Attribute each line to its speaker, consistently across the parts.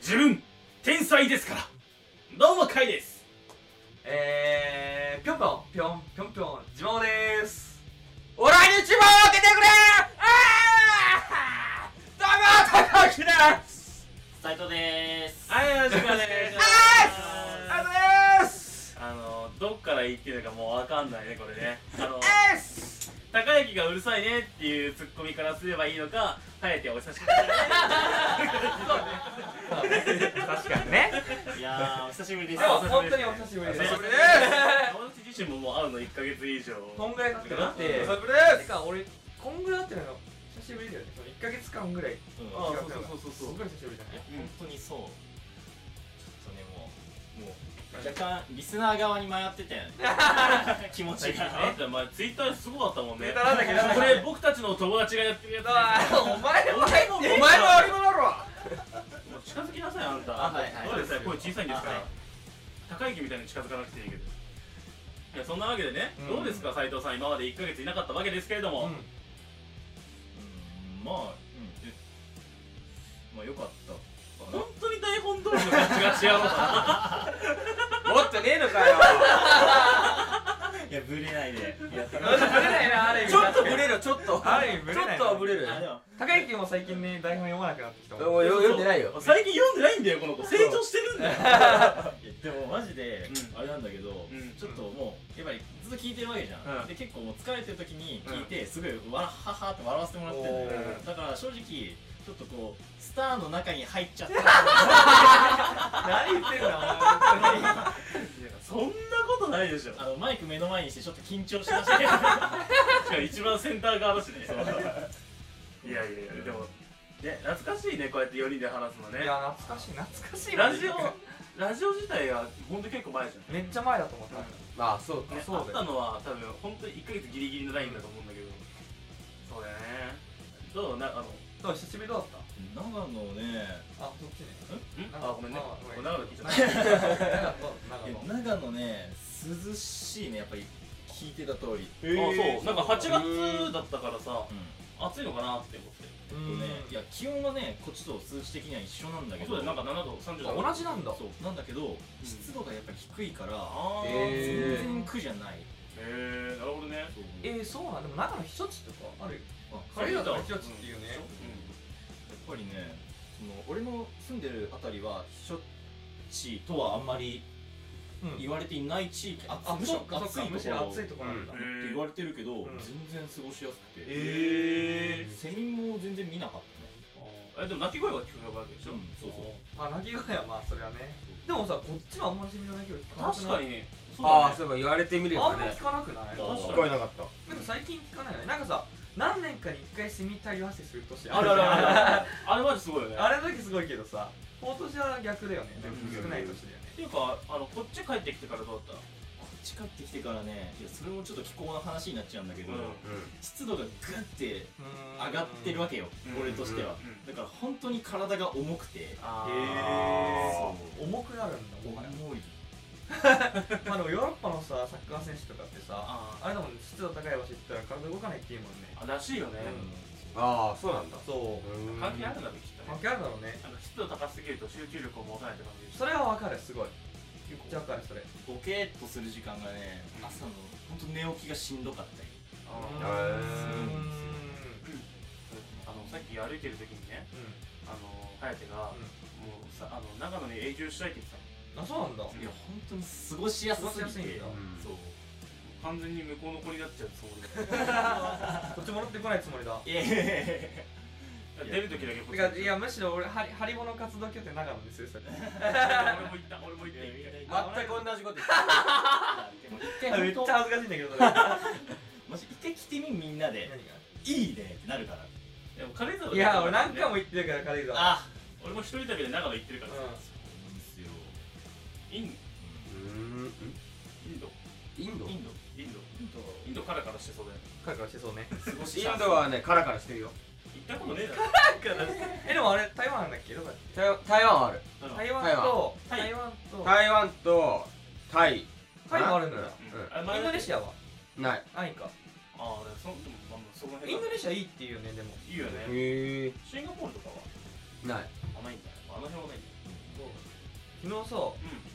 Speaker 1: 自分天才ですからどうもカイです
Speaker 2: えー、ぴょんぴょん、ぴょん、ぴょんぴょん、自慢でーす。俺に一番を開けてくれあーどうも、高木です
Speaker 3: 斉藤です
Speaker 1: はいよろしくお願いしま
Speaker 2: あーす
Speaker 1: あのどっから言っていいのかもうわかんないねこれ ねあの
Speaker 2: あーす
Speaker 1: 高之がうるさいねっていうツッコミからすればいいのか颯はお久しぶりだ ね
Speaker 2: 確かにね。
Speaker 3: いやーお久しぶりです
Speaker 2: でも本当にお久しぶりです。
Speaker 1: お久しぶり
Speaker 2: で
Speaker 1: 友達自身ももう会うの1ヶ月以上
Speaker 2: こんぐらい経ってなって、
Speaker 3: お
Speaker 2: 久しぶりですてか俺、こんぐらい経ってないの久しぶりだよね。その1ヶ月間ぐらい。
Speaker 3: うん
Speaker 1: あ
Speaker 3: 本
Speaker 1: あそうそうそう
Speaker 2: す
Speaker 1: そう
Speaker 2: ごい久しぶりだね。
Speaker 3: 当にそうちょっとねもうもう若干リスナー側に迷って たよね気持ちが
Speaker 1: あなた前ツイッターすごかったもんね
Speaker 2: ネタなんだけど、
Speaker 1: これ僕たちの友達がやってるやつ
Speaker 2: だからお前はお前のありもだろ
Speaker 1: もう近づきなさいあんた
Speaker 3: あはいはい
Speaker 1: どうですか声小さいんですから、
Speaker 3: あはい
Speaker 1: 高い木みたいに近づかなくていいけどいやそんなわけでね、
Speaker 2: うん
Speaker 1: どうですか斉藤さん今まで1ヶ月いなかったわけですけれども、
Speaker 3: うんまあうんえまあよかったかな
Speaker 1: 本当に台本通りの感じがしやろうか
Speaker 2: もっとねえのかよ
Speaker 3: いやぶれないでやってく
Speaker 2: マ
Speaker 3: だ
Speaker 2: ジブ
Speaker 3: さい
Speaker 2: レないなある意味
Speaker 4: ちょっとブレるちょっと
Speaker 2: ある意味ブレない
Speaker 4: ちょっとはブレる
Speaker 3: あでも
Speaker 2: 高木君も最近ね台本読まなくなってきたもん
Speaker 4: もうよ読んでないよ
Speaker 1: な最近読んでないんだよこの子成長してるんだよ
Speaker 3: いやでもマジで
Speaker 1: うん
Speaker 3: あれなんだけど
Speaker 1: うん
Speaker 3: ちょっともうやっぱりずっと聞いてるわけじゃ
Speaker 1: うん
Speaker 3: んで結構もう疲れてる時に聞いてすごいわははって笑わせてもらってる
Speaker 4: お
Speaker 3: のよ
Speaker 4: ー
Speaker 3: だから正直ちょっとこうスターの中に入っちゃった
Speaker 2: 何言ってんだお前本
Speaker 1: そんなことないでしょ
Speaker 3: あのマイク目の前にしてちょっと緊張しました けど
Speaker 1: しかも一番センター側だしねいやいやいやでもね懐かしいねこうやって4人で話すの
Speaker 2: 当に
Speaker 1: ね
Speaker 2: いや懐かしい懐かしい
Speaker 1: ラジオラジオ自体は本当結構前じゃん
Speaker 2: めっちゃ前だと思った
Speaker 4: まあそうか
Speaker 1: ね、
Speaker 2: そうだ
Speaker 1: あ
Speaker 2: よ
Speaker 1: ったのは多分本当に1ヶ月ギリギリのラインだと思うんだけど、そうだよねどうなあの
Speaker 2: どう久しぶりどうだっ
Speaker 3: 長野ね
Speaker 2: たあそっちね
Speaker 1: んあごめんね
Speaker 2: あごめ
Speaker 1: これ
Speaker 2: ん
Speaker 1: 長野聞いちゃっ
Speaker 2: 長
Speaker 3: いや
Speaker 2: 野
Speaker 3: 長野ね涼しいねやっぱり聞いてた通り
Speaker 1: た、あそうなんか8月
Speaker 2: う
Speaker 1: だったからさ
Speaker 3: うん
Speaker 1: 暑いのかなって思って
Speaker 3: とね
Speaker 2: ね
Speaker 3: いや気温はねこっちと数値的には一緒なんだけ
Speaker 1: そう
Speaker 3: ど
Speaker 1: だよなんか7度30度
Speaker 2: 同じなんだ
Speaker 3: そうなんだけど湿度がやっぱり低いから
Speaker 1: あー
Speaker 4: へ
Speaker 3: 全
Speaker 4: ー
Speaker 3: 然苦じゃない
Speaker 1: へえなるほどね
Speaker 3: そう
Speaker 2: え
Speaker 3: やっ
Speaker 2: ーそうなんでも長野避暑地とかあるよ
Speaker 1: そ
Speaker 3: ぱ
Speaker 1: う
Speaker 2: 彼
Speaker 1: だ
Speaker 2: ら
Speaker 1: よ
Speaker 2: の避暑地っていうね
Speaker 3: りねその俺の住んでるあたりは避暑地とはあんまり
Speaker 2: うん
Speaker 3: 言われていない地域
Speaker 2: あ
Speaker 3: むし
Speaker 2: そ
Speaker 3: ろ
Speaker 2: っかそっかむ
Speaker 3: 暑
Speaker 2: し
Speaker 3: いとこ
Speaker 2: ろ
Speaker 3: ろ
Speaker 2: 暑いとこなんだ
Speaker 3: っ
Speaker 4: う
Speaker 3: て言われてるけど、
Speaker 2: うん
Speaker 3: 全然過ごしやすくて、
Speaker 1: へえ
Speaker 3: セミも全然見なかったね
Speaker 1: えでも鳴き声は聞こえるわけでしょ、
Speaker 3: うんそうそう
Speaker 2: まあ鳴き声はまあそれはねでもさこっちはあんまりセミの鳴き声聞かなくな
Speaker 1: 確
Speaker 2: い
Speaker 1: かにそうだ
Speaker 4: あ
Speaker 1: ね
Speaker 4: あそうか言われてみれ
Speaker 2: あ
Speaker 4: ば
Speaker 2: んまり
Speaker 4: ね
Speaker 2: 聞かなくない
Speaker 1: 確か
Speaker 4: 聞
Speaker 1: に
Speaker 4: こえなかった
Speaker 2: でも最近聞かないよねなんかさ何年かに1回セミ大量発生する年
Speaker 1: あるあるあるあるあれマジすごいよね
Speaker 2: あれの時すごいけどさ今年は逆だよねなんか
Speaker 1: うん
Speaker 2: 少ない年だよね
Speaker 1: っていうかあのこっち帰ってきてからどうだった
Speaker 3: こっち帰ってきてからねいやそれもちょっと気候の話になっちゃうんだけど、
Speaker 1: うん
Speaker 3: 湿度がグッて上がってるわけよ、
Speaker 1: うん
Speaker 3: 俺としては、
Speaker 1: うん
Speaker 3: だから本当に体が重くて
Speaker 1: あ
Speaker 2: へ
Speaker 1: ー
Speaker 2: ー重くなるんだもはや
Speaker 3: 重い
Speaker 2: まあでもヨーロッパのさサッカー選手とかってさ
Speaker 1: あ
Speaker 2: あれだもんね湿度高い場所行ったら体動かないっていうもんね
Speaker 1: ーあらしいよね、
Speaker 4: ああそうなんだ
Speaker 2: そう
Speaker 1: 関係あるんだってきっとね
Speaker 2: わかるだろうね
Speaker 1: なんか湿度高すぎると集中力を持たないって感じ
Speaker 2: それはわかるすごい
Speaker 1: 結
Speaker 2: じゃあわかるそれ
Speaker 3: ボケっとする時間がね朝の本当寝起きがしんどかったり
Speaker 1: あ
Speaker 4: ー
Speaker 2: うん
Speaker 1: あのさっき歩いてる時にね
Speaker 2: う
Speaker 1: あの颯が、もうさあの長野に永住したいって言ってた
Speaker 2: んあそう なんだ
Speaker 3: いや本当に過ごしやす
Speaker 2: 過ごしやす
Speaker 3: す
Speaker 2: い
Speaker 3: ぎ
Speaker 2: ん
Speaker 3: て
Speaker 2: だ
Speaker 4: うん
Speaker 3: そう
Speaker 1: の完全に向こうの子になっちゃうつもりだ
Speaker 2: こっち戻ってこないつもりだ
Speaker 3: いやいやいやいや
Speaker 1: 出る時だけこっち
Speaker 2: てかいやむしろ俺ハリハリボの活動拠点長野ですよそれ
Speaker 1: 俺も行った俺も行ってみたい
Speaker 4: 全く同じこと言っ
Speaker 3: で
Speaker 4: て
Speaker 3: も
Speaker 2: め
Speaker 3: 一
Speaker 2: っちゃ
Speaker 3: 回
Speaker 2: 恥ず
Speaker 3: 本
Speaker 2: かしいんだけど それ何が
Speaker 3: 当マジ一回来てみみんなでいいねってなるから
Speaker 1: でも軽井沢
Speaker 2: いや俺何回
Speaker 1: も
Speaker 2: も言ってるから軽井沢
Speaker 3: あ
Speaker 1: 俺も一人旅で長野行ってるからさ、
Speaker 2: う
Speaker 3: いいんすよ
Speaker 1: イン
Speaker 4: うん
Speaker 1: インド
Speaker 4: イン
Speaker 3: イ
Speaker 4: ド
Speaker 3: ンド
Speaker 1: インド
Speaker 3: インド
Speaker 1: インドカラカラしてそうだよね
Speaker 2: んカラカラしてそうね
Speaker 3: 過ごし
Speaker 4: イ
Speaker 3: や
Speaker 4: ン
Speaker 3: す
Speaker 4: ドはねカラカラしてるよ
Speaker 1: 行ったことねえだ
Speaker 2: えでもあれ台湾なんだっけどこだっけ
Speaker 4: 台台湾はある
Speaker 1: ろ
Speaker 2: 台湾と
Speaker 1: 台湾
Speaker 2: 台湾と
Speaker 4: 台湾とタイ
Speaker 2: タイもあるんだよ
Speaker 4: う
Speaker 1: あれ
Speaker 2: イ
Speaker 1: 前だ
Speaker 2: ンド
Speaker 1: っけ
Speaker 2: ネシアは
Speaker 4: んない
Speaker 2: ないか
Speaker 1: ああそのまあまあその辺
Speaker 2: イン
Speaker 1: が
Speaker 2: ドネシアいいっていうよねでも
Speaker 1: いいよね
Speaker 4: へえ
Speaker 1: シンガポールとかは
Speaker 4: ない
Speaker 1: あんまいいんだあの辺はないんだ
Speaker 2: 昨日さ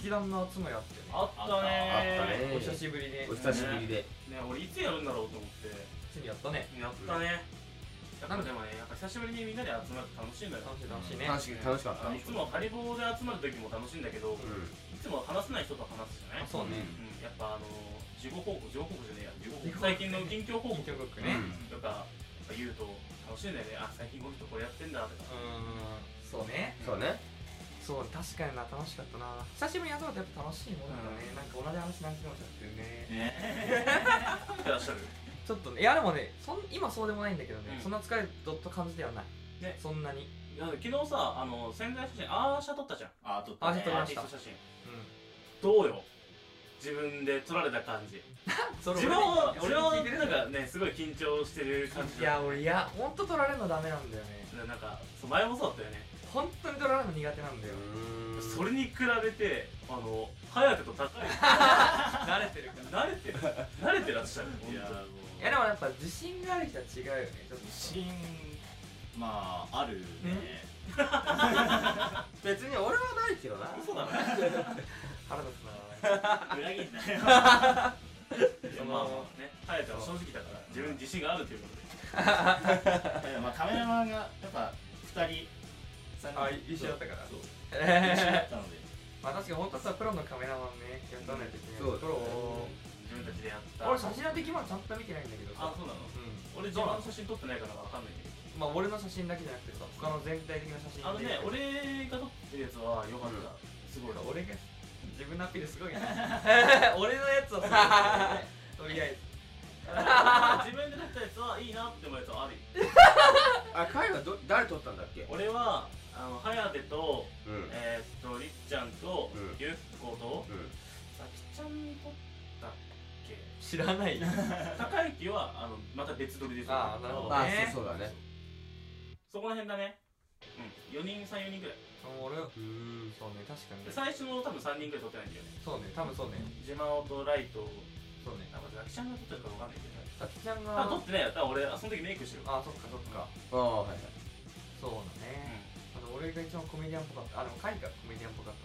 Speaker 2: 劇団の集まりあって
Speaker 1: あった
Speaker 4: あっ
Speaker 1: ね
Speaker 4: た
Speaker 1: ー
Speaker 2: お
Speaker 4: ね
Speaker 2: 久しぶりで
Speaker 4: お久しぶりで
Speaker 1: ね俺いつやるんだろうと思って
Speaker 2: ついにやったね
Speaker 1: やったね、やっぱでもねやっぱ久しぶりにみんなで集まって楽しいんだよ
Speaker 2: 楽しい楽しいね
Speaker 4: 楽しく楽しかっ
Speaker 1: あ
Speaker 4: た
Speaker 1: のいつもハリボーで集まる時も楽しいんだけど、い
Speaker 4: うん
Speaker 1: つも話せない人と話すじゃない
Speaker 2: あそう
Speaker 1: う
Speaker 2: ね
Speaker 1: んやっぱあの事後報告事後報告じゃねえや事後報告
Speaker 2: 事後報告
Speaker 1: 最近の近況報
Speaker 2: 緊
Speaker 1: 告
Speaker 2: 張国ね
Speaker 1: とかやっぱ言うと楽しいんだよねあ最近この人これやってんだとか
Speaker 2: うーんそうね
Speaker 4: そうね
Speaker 2: そう確かにな楽しかったな久しぶりに集まってやっぱ楽しいもんだねなんか同じ話何回もしちゃってるね
Speaker 1: 言ってらっしゃる
Speaker 2: ちょっとねいやでもねそん今そうでもないんだけど
Speaker 1: う
Speaker 2: ね、
Speaker 1: ん
Speaker 2: そんな疲れどっと感じてはない、
Speaker 1: ね
Speaker 2: そんなに
Speaker 1: いや昨日さあの宣材写真アーシャ撮ったじゃん
Speaker 3: あー撮った
Speaker 2: あ
Speaker 3: ね
Speaker 2: 撮りま
Speaker 1: アー
Speaker 2: し
Speaker 1: テ
Speaker 2: た
Speaker 1: ィスト写真
Speaker 2: う
Speaker 1: どうよ自分で撮られた感じ
Speaker 2: んそれ
Speaker 1: 自分は
Speaker 2: ね
Speaker 1: 俺は
Speaker 2: それ聞いてる
Speaker 1: なんかねすごい緊張してる感じ
Speaker 2: いや俺いや本当取られるのダメなんだよね
Speaker 1: なんかそう前もそうだったよね
Speaker 2: 本当に取られるの苦手なんだよ
Speaker 4: うーん
Speaker 1: それに比べてあの颯と高い
Speaker 2: 慣れてるか
Speaker 1: 慣れてる慣れてらっしゃる本
Speaker 3: いやもう
Speaker 2: いやでもやっぱ自信がある人は違うよねちょっと
Speaker 3: 自信まああるね
Speaker 4: 別に俺はないけどな
Speaker 1: 当嘘だな
Speaker 2: 腹立つな
Speaker 3: 裏切ん なよ
Speaker 1: いやまあまあね颯は正直だから自分に自信があるということで
Speaker 3: まあカメラマンがやっぱ2人3人
Speaker 2: あ一緒だったから
Speaker 3: そう一緒だ
Speaker 2: え
Speaker 3: ったので
Speaker 2: ーまあ確かに本当はさプロのカメラマンねやったないといけない
Speaker 4: そう
Speaker 2: プロを
Speaker 1: 自分たちでやった
Speaker 2: 俺写真の出来までちゃんと見てないんだけど
Speaker 1: あ
Speaker 2: さ
Speaker 1: そうなの
Speaker 2: う
Speaker 1: 俺自分の写真撮ってないからわかんないけど
Speaker 2: んまあ俺の写真だけじゃなくてさ他の全体的な写真
Speaker 1: あのね
Speaker 2: 俺
Speaker 1: 俺が撮ってるやつは良かった、す ごい
Speaker 2: 俺が自分のアピールすごいね俺のやつはすごい ねとりあえず
Speaker 1: 自分で撮ったやつはいいなって思うやつはあるよ
Speaker 4: あ彼はど誰撮ったんだっけ
Speaker 1: 俺はあの颯と
Speaker 4: うんうん
Speaker 1: えー、っとりっちゃんと、
Speaker 4: うん
Speaker 1: ゆっことさきちゃんに撮ったっ け
Speaker 2: 知らない
Speaker 1: 高之はあのまた別撮りです
Speaker 2: あーなるほど
Speaker 4: あ
Speaker 2: ね
Speaker 4: そうそうだね
Speaker 1: そこら辺だねうん4人34人ぐらい
Speaker 2: 俺
Speaker 4: うーん
Speaker 2: そうね確か
Speaker 1: で
Speaker 2: に
Speaker 1: 最初の多分3人ぐらい撮ってないんだよね
Speaker 2: そうね多分そうね
Speaker 1: ジマオとライト
Speaker 2: そうね
Speaker 1: なんかザキちゃんが撮ったかわかんないけどね
Speaker 2: さきちゃんが
Speaker 1: あ撮ってないよだから俺あその時メイクしてるわ
Speaker 2: あそっかそっか
Speaker 4: ああはいはい
Speaker 2: そうだ
Speaker 1: うん
Speaker 2: ねあと俺が一番コメディアンっぽかったあでも海がコメディアンっぽかった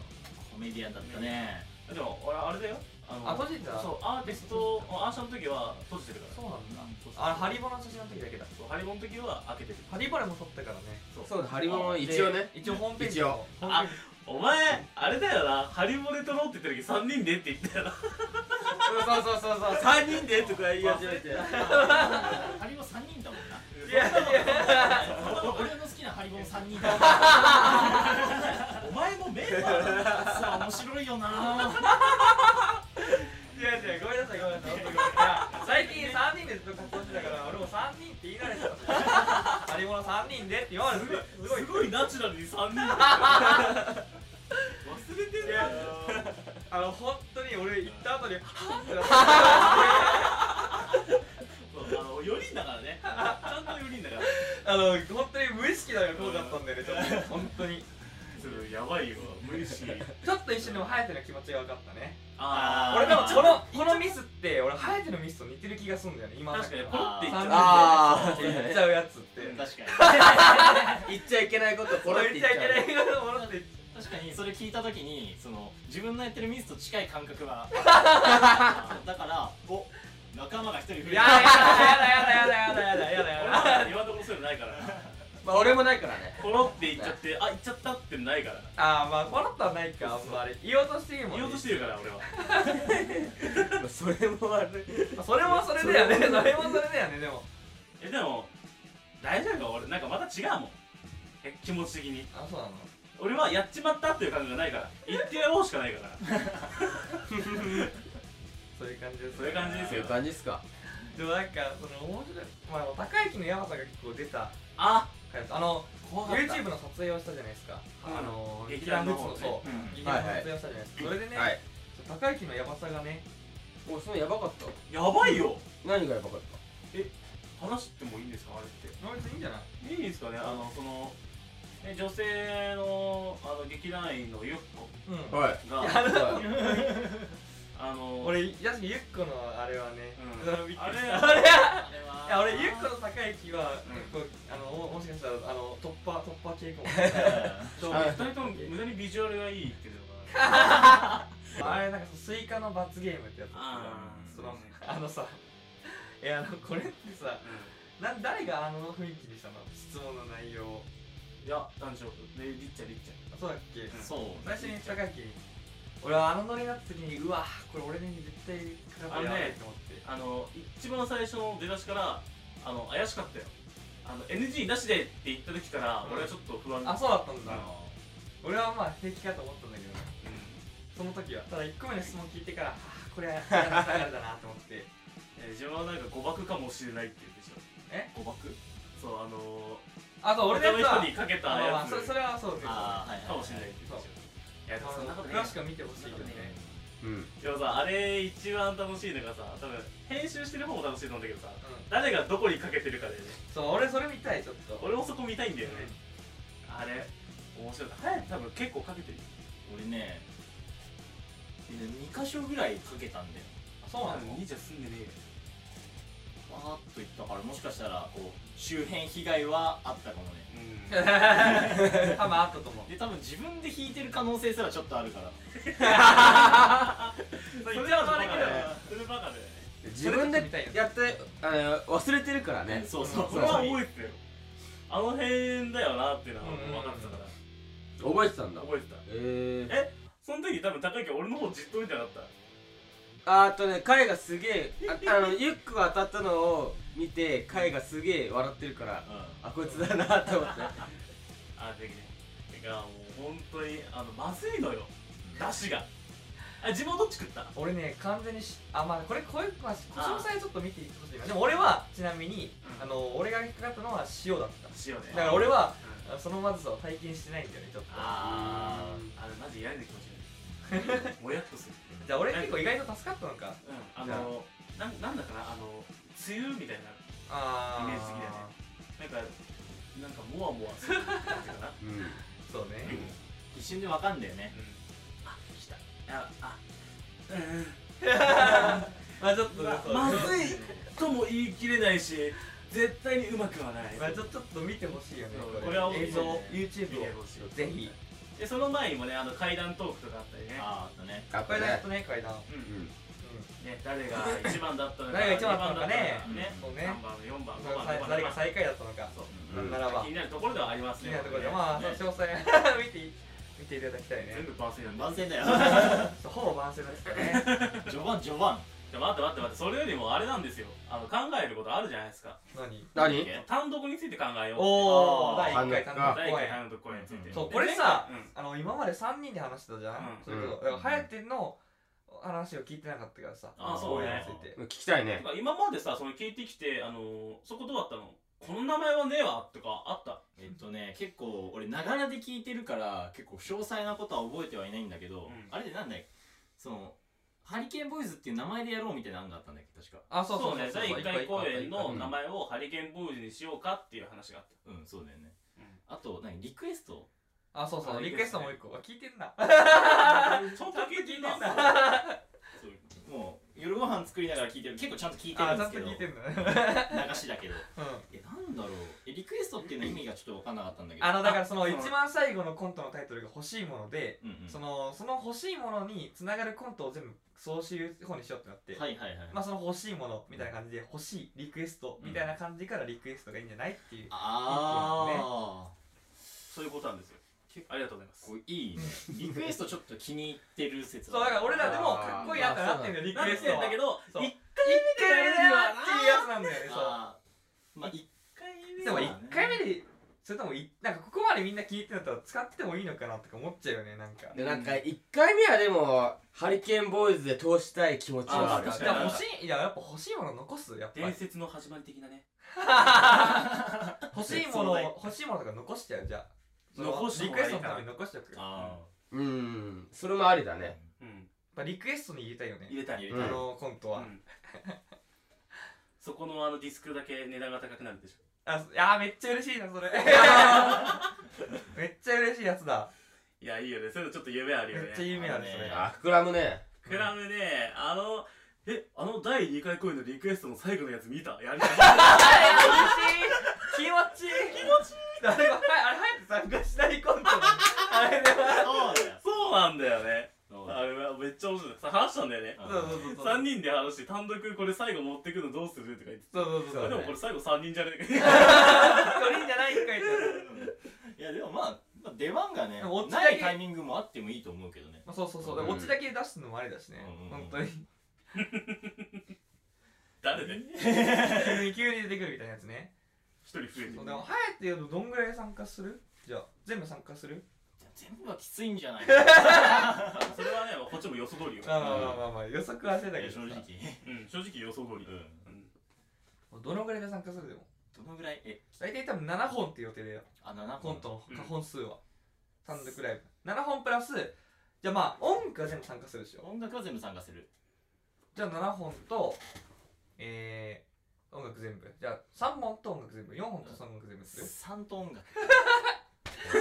Speaker 3: コメディアンだったね
Speaker 1: でも俺あれだよあ
Speaker 2: のあ閉じてた
Speaker 1: そうアーティストアーシャの時は閉じてるから
Speaker 2: そうなんだ
Speaker 1: そうそう
Speaker 2: あハリボの写真の時だけだ
Speaker 1: そうハリボンの時は開けてる
Speaker 2: ハリボレも撮ったからね
Speaker 4: そうだハリボンは一応ね
Speaker 2: 一応ホームページ
Speaker 4: 一応
Speaker 2: ホームページ
Speaker 1: お前あれだよなハリボンで撮ろうって言った時3人でって言ったよな
Speaker 2: そうそうそうそう
Speaker 4: 3人でとか言い始めて
Speaker 3: ハリボン3人だもんない
Speaker 2: やいや
Speaker 3: 俺の好きなハリボン3人だ
Speaker 1: お前もメンバーだな
Speaker 3: さあ面白いよ ない
Speaker 2: やいやごめんなさいごめんなさい本当にごめんなさい最近3人でずっと活動してたから俺も3人って言い慣れてたハリボの3人でって言われてすごい
Speaker 1: すごいナチュラルに3人だよ忘れてるよ
Speaker 2: あの本当に俺行った後にハッてなっ
Speaker 1: そうあの4人だからねちゃんと4人だから
Speaker 2: たあの本当に無意識だよこうだったんだよねちょっと本当に
Speaker 1: ちょっとやばいよ無理し
Speaker 2: ちょっと一緒にもハヤテの気持ちが分かったね
Speaker 1: あー
Speaker 2: 俺でも
Speaker 3: ち
Speaker 2: このこのミスって俺ハヤテのミスと似てる気がするんだよね今の
Speaker 1: 確かにポロって言っちゃう
Speaker 4: あ
Speaker 2: 言っちゃうやつって
Speaker 3: 確かに
Speaker 4: あ言っちゃいけないこと
Speaker 2: こ
Speaker 4: こ
Speaker 2: れ
Speaker 4: れ
Speaker 2: 言っちゃいけないこともろって言っ ち
Speaker 3: 確かにそれ聞いた時にその自分のやってるミスと近い感覚 がだからお仲間が一人増え
Speaker 2: ゃう
Speaker 3: た
Speaker 2: やだやだやだやだやだやだ
Speaker 1: 俺
Speaker 2: やだ
Speaker 1: は今のところそういうのないから
Speaker 4: まあ俺もないからね
Speaker 1: ポロって言っちゃってあ言っちゃったってないから
Speaker 2: あーまあポロッとはないかあんまり言おうとしていいもんね
Speaker 1: 言おうとしてるから俺は
Speaker 4: まあそれもあれ
Speaker 2: まあそれもそれだよねそれもそれだよねでも
Speaker 1: えでも大丈夫か俺なんかまた違うもんえ気持ち的に
Speaker 2: あそうなの
Speaker 1: 俺はやっちまったっていう感じがないから言ってやろうしかないから
Speaker 2: そういう感じです
Speaker 1: そういう感じです
Speaker 4: そうい
Speaker 1: よ
Speaker 4: う感じっすか
Speaker 2: でもなんかその面白いまあ高之のヤバさが結構出た
Speaker 1: あ
Speaker 2: 回だったあの
Speaker 1: 怖
Speaker 2: YouTube の撮影をしたじゃないですか、
Speaker 1: うん
Speaker 2: あの
Speaker 1: 劇団の方ね
Speaker 2: 劇団グッ
Speaker 1: うん
Speaker 2: ズのそう、劇団の撮影をしたじゃないですか、それでね、
Speaker 4: はい
Speaker 2: 高之のヤバさがね
Speaker 4: おそのやばかった
Speaker 1: やばいよ
Speaker 4: 何がやばかっ
Speaker 1: 話してもいいんですかあれっ
Speaker 2: まあ別にいいんじゃな
Speaker 1: て
Speaker 2: い
Speaker 1: いいんですかねあのそのえ女性のあの劇団員のゆっこ
Speaker 2: うん
Speaker 4: たはい
Speaker 1: が
Speaker 2: いや
Speaker 4: は
Speaker 1: あの
Speaker 2: 俺やしゆっこのあれはね、
Speaker 1: うん
Speaker 2: そのびっくりした
Speaker 1: あ
Speaker 2: あれは
Speaker 3: あれは
Speaker 2: や
Speaker 3: い
Speaker 2: 俺ゆっこの高之は
Speaker 1: うん
Speaker 2: 結構、あのももしかしたらあの突破突破系かも
Speaker 3: うん
Speaker 1: そう
Speaker 4: はい
Speaker 1: 二人とも無駄にビジュアルがいいっていうのが
Speaker 2: あれなんかスイカの罰ゲームってやつ
Speaker 3: あー
Speaker 2: そのあのさいやあのこれってさな誰があの雰囲気にしたの質問の内容を
Speaker 1: いや男子でりっちゃんりっちゃん
Speaker 2: そうだっけ、
Speaker 3: そう
Speaker 2: 最初に高木俺はあのノリになった時にうわこれ俺に絶対かかってやばいと思って
Speaker 1: あの一番最初の出だしからあの怪しかったよあの NG なしでって言った時から
Speaker 2: うん
Speaker 1: 俺はちょっと不安
Speaker 2: あそうだったんだ、
Speaker 1: うん
Speaker 2: 俺はまあ平気かと思ったんだけ
Speaker 1: う
Speaker 2: ど
Speaker 1: ん
Speaker 2: その時はただ1個目の質問聞いてからあーこれはやらなあれだなと思って
Speaker 1: えー自分はなんか誤爆かもしれないって言うでしょ
Speaker 2: え
Speaker 1: 誤爆そうあの
Speaker 2: あそう俺のや
Speaker 1: 他の人に
Speaker 2: つは
Speaker 1: かけたや
Speaker 2: まあまあ
Speaker 1: つ
Speaker 2: それそれはそうですよ
Speaker 3: あーはいは
Speaker 1: か
Speaker 3: い
Speaker 1: もしれないって言うでしょいやでもそんなことね
Speaker 2: 詳しくは見てほしいけどね
Speaker 4: うん
Speaker 1: でもさあれ一番楽しいのがさ多分編集してる方も楽しいと思うんだけどさ
Speaker 2: う
Speaker 1: 誰がどこにかけてるかでね
Speaker 2: んそう俺それ見たいちょっと
Speaker 1: 俺もそこ見たいんだよねあれ面白い早く多分結構かけてるよ
Speaker 3: 俺ね2箇所ぐらいかけたんだよ
Speaker 2: あそうなの
Speaker 1: 兄ちゃん住んでねえよ
Speaker 3: わーっといったからもしかしたらこう周辺被害はあったかもね
Speaker 1: うん
Speaker 2: 多分あったと思う
Speaker 3: で多分自分で引いてる可能性すらちょっとあるから
Speaker 1: それはバカだ
Speaker 2: それはバカだ
Speaker 1: よ
Speaker 2: よ
Speaker 1: それバカだよね
Speaker 4: 自分でやってあの忘れてるからね
Speaker 3: そうそう
Speaker 1: それは覚えてたよあの辺だよなっていうのは分かってたから
Speaker 4: 覚えてたんだ
Speaker 1: 覚えてた
Speaker 4: ええ
Speaker 1: えその時多分高木は俺の方じっと見てなかった
Speaker 4: あとね彼がすげえああのユックが当たったのを見て彼がすげえ笑ってるから
Speaker 3: う
Speaker 4: あこいつだなと思って
Speaker 1: あできねてかもう本当にあのまずいのよだしがあ地元どっち食った
Speaker 2: 俺ね完全にしあまあこれこういう、まあ、詳細ちょっと見ていってほしいなでも俺はちなみに、
Speaker 1: うん
Speaker 2: あの俺が引っかかったのは塩だった
Speaker 1: 塩ね
Speaker 2: だから俺は
Speaker 1: うん
Speaker 2: あのそのまずさを体験してないんだよねちょっと
Speaker 1: あ
Speaker 3: あ
Speaker 1: ーあれマジ嫌いな気持ち 悪いもやっとする
Speaker 2: じゃあ俺結構意外と助かったのか
Speaker 1: うんあのなんなんだかなあの梅雨みたいな
Speaker 2: あ
Speaker 1: イメージ的だよねなんかなんかモワモワする感じかな
Speaker 2: そうね
Speaker 3: 一瞬でわかんだよね
Speaker 1: あ来たああ
Speaker 2: まあちょっとねそう
Speaker 1: ままずいとも言い切れないし絶対にうまくはない
Speaker 2: まあちょちょっと見てほしいよね
Speaker 1: そう
Speaker 2: こ
Speaker 1: こ
Speaker 2: れ
Speaker 1: れは
Speaker 2: 映像
Speaker 1: 見
Speaker 2: YouTube
Speaker 1: 見
Speaker 2: を
Speaker 1: てほしい
Speaker 2: ぜひ
Speaker 1: でその前にもねあの階段トークとかあったりね
Speaker 3: あーあとね
Speaker 4: あ
Speaker 2: これだとね階段
Speaker 1: う
Speaker 4: うんん
Speaker 1: ね誰が一番だ ったのか
Speaker 2: 誰が一番だったのかね
Speaker 1: 二番だったのか
Speaker 2: そうね
Speaker 1: 三番4番5番
Speaker 2: さ
Speaker 1: 6番
Speaker 2: 誰が
Speaker 1: 7番
Speaker 2: 最下位だったのか
Speaker 1: そう
Speaker 2: な
Speaker 4: うんん
Speaker 2: ならば
Speaker 1: 気になるところではあります
Speaker 2: 気
Speaker 1: ね
Speaker 2: になるところで
Speaker 1: 本
Speaker 2: まあ
Speaker 3: ね
Speaker 2: そ う詳細見てい見ていただきたい
Speaker 1: 当
Speaker 2: ね
Speaker 1: にね全部番宣なんだ
Speaker 3: 万全だよ
Speaker 2: そうほぼ満席ですからね
Speaker 3: 序盤序盤
Speaker 1: じゃあ待って待って待ってそれよりもあれなんですよあの考えることあるじゃないですか
Speaker 2: 何
Speaker 4: 何
Speaker 3: え
Speaker 1: 単独について考えよう
Speaker 2: おお
Speaker 3: あ
Speaker 2: 第
Speaker 3: ー
Speaker 2: 1回単
Speaker 4: 単
Speaker 2: 独
Speaker 4: 独か
Speaker 1: 第一
Speaker 2: 公
Speaker 1: 回
Speaker 2: 演
Speaker 1: 単独公演について
Speaker 2: そうこれさ
Speaker 1: で前回うん
Speaker 2: あの今まで3人で話してたじゃん、
Speaker 1: うん
Speaker 2: それこそだから颯の話を聞いてなかったからさ
Speaker 1: あ
Speaker 3: そう
Speaker 2: 公演
Speaker 3: ね
Speaker 2: について
Speaker 4: 聞きたいね
Speaker 1: なんか今までさその聞いてきてあのそこどうだったのこの名前はねえわとかあった
Speaker 3: えっとね結構俺ながらで聞いてるから結構詳細なことは覚えてはいないんだけど、
Speaker 1: うん
Speaker 3: あれでなんだいそのハリケーンボーイズっていう名前でやろうみたいなのがあったんだっけ確か
Speaker 2: あそうそう
Speaker 1: ね第1回公演の
Speaker 4: うん
Speaker 1: 名前をハリケーンボーイズにしようかっていう話があっ
Speaker 3: うんそうだよね
Speaker 1: た、
Speaker 3: あと何リクエスト
Speaker 2: あそうそう
Speaker 1: あ
Speaker 2: リクエストもう一個あ聞いてんな
Speaker 1: ちゃんと聞いてんな
Speaker 2: ちゃん
Speaker 1: そうそう
Speaker 3: もう夜ご飯作りながら聞いてる結構ちゃんと聞いてる
Speaker 2: あ
Speaker 3: ん
Speaker 2: ち
Speaker 3: で
Speaker 2: ゃ
Speaker 3: す
Speaker 2: んと
Speaker 3: けど
Speaker 2: 聞いてんだね
Speaker 3: 流しだけど
Speaker 2: うん
Speaker 3: えなんだろうえリクエストっていうの意味がちょっと分かんなかったんだけど
Speaker 2: あのだからその
Speaker 1: そう
Speaker 2: 一番最後のコントのタイトルが欲しいもので、
Speaker 3: うんうん
Speaker 2: そのその欲しいものにつながるコントを全部総集方にしようってなって、
Speaker 3: はいはいはい、
Speaker 2: まあその欲しいものみたいな感じで欲しいリクエストみたいな感じからリクエストがいいんじゃないっていう
Speaker 3: ああ
Speaker 1: そういうことなんですよありがとうございます
Speaker 3: こういいねリクエストちょっと気に入ってる説
Speaker 2: そうだから俺らでもかっこいいなってなってんだよリ
Speaker 1: なっ
Speaker 2: クエスト
Speaker 1: てん
Speaker 2: は
Speaker 1: だけど
Speaker 2: そう
Speaker 1: 一
Speaker 2: 1回目ではっていうやつなんだよねそ
Speaker 3: あーまあ一回
Speaker 2: う
Speaker 3: 目
Speaker 2: でも
Speaker 3: はね
Speaker 2: 1回目でそれともいなんかここまでみんな聞いてんだったら使ってもいいのかなとか思っちゃうよねなんか
Speaker 4: でなんか1回目はでもハリケーンボーイズで通したい気持ちはあ
Speaker 1: あ
Speaker 4: る
Speaker 1: 確
Speaker 2: で
Speaker 1: か
Speaker 2: も
Speaker 1: に
Speaker 2: 欲しいいややっぱ欲しいもの残すやっぱり
Speaker 1: 伝説の始まり的なね
Speaker 2: 欲しいものを欲しいものとか残しちゃうじゃあその
Speaker 1: 残した
Speaker 2: リ
Speaker 1: 方
Speaker 2: ク
Speaker 1: がいい
Speaker 2: エス
Speaker 1: か
Speaker 2: ト
Speaker 1: な
Speaker 2: のために残しちゃうやっ
Speaker 3: あ
Speaker 4: うんそれもありだ
Speaker 3: あ
Speaker 4: ね
Speaker 1: うん
Speaker 2: ぱリクエストに入れたいよね
Speaker 1: 入れたい
Speaker 4: うん
Speaker 2: あのコントは、
Speaker 1: うんそこのあのディスクだけ値段が高くなるでしょ
Speaker 2: あそいやーめっちゃ嬉しいなそれ めっちゃ嬉しいやつだ
Speaker 1: いやいいよねそういうのちょっと夢ある
Speaker 2: め
Speaker 1: よね
Speaker 2: っちゃ夢あるそれ
Speaker 4: あ膨らむね
Speaker 1: クラムねあのえあの第2回公演のリクエストの最後のやつ見たやりたい
Speaker 2: 気持ちいい気持ちいいあれはあれ早く参加しないコントなのあれでは
Speaker 3: そうだ よ
Speaker 1: そうなんだよねめっちゃ面白いさ話したんだよね
Speaker 4: そうそうそう
Speaker 1: 3人で話して単独これ最後持ってくのどうするとか言って
Speaker 4: そうそうそう
Speaker 1: たでもこれ最後3人じゃね えか
Speaker 2: 一人じゃない一回じゃない
Speaker 3: いやでもまあまあ出番がね
Speaker 2: でもオチだ
Speaker 3: な
Speaker 2: け
Speaker 3: いタイミングもあってもいいと思うけどね
Speaker 2: まあそうそうそうでもオチだけ出すのもありだしね
Speaker 3: うん
Speaker 2: 本当に
Speaker 1: 誰で
Speaker 2: 急に急に出てくるみたいなやつね
Speaker 1: 一人増えて
Speaker 2: そうでも早って言うとどんぐらい参加するじゃあ全部参加する
Speaker 3: 全部はきついんじゃない
Speaker 1: それはねこっちも予想通りよ、
Speaker 2: まあまあまあまあまあ予測はしてたけどさ
Speaker 3: 正直
Speaker 1: うん、正直予想通り、
Speaker 3: うん
Speaker 1: うん
Speaker 2: どのぐらいで参加するでも
Speaker 3: どのぐらいえ
Speaker 2: 大体多分7本っていう予定だよ
Speaker 3: あ7
Speaker 2: コ
Speaker 3: 本
Speaker 2: ントの
Speaker 1: うん
Speaker 2: 過本数は単独ライブ7本プラスじゃあまあ音楽は全部参加するでしょ
Speaker 3: 音楽は全部参加する
Speaker 2: じゃあ7本とえー音楽全部じゃあ3本と音楽全部4本と音楽全部する
Speaker 3: 3と音楽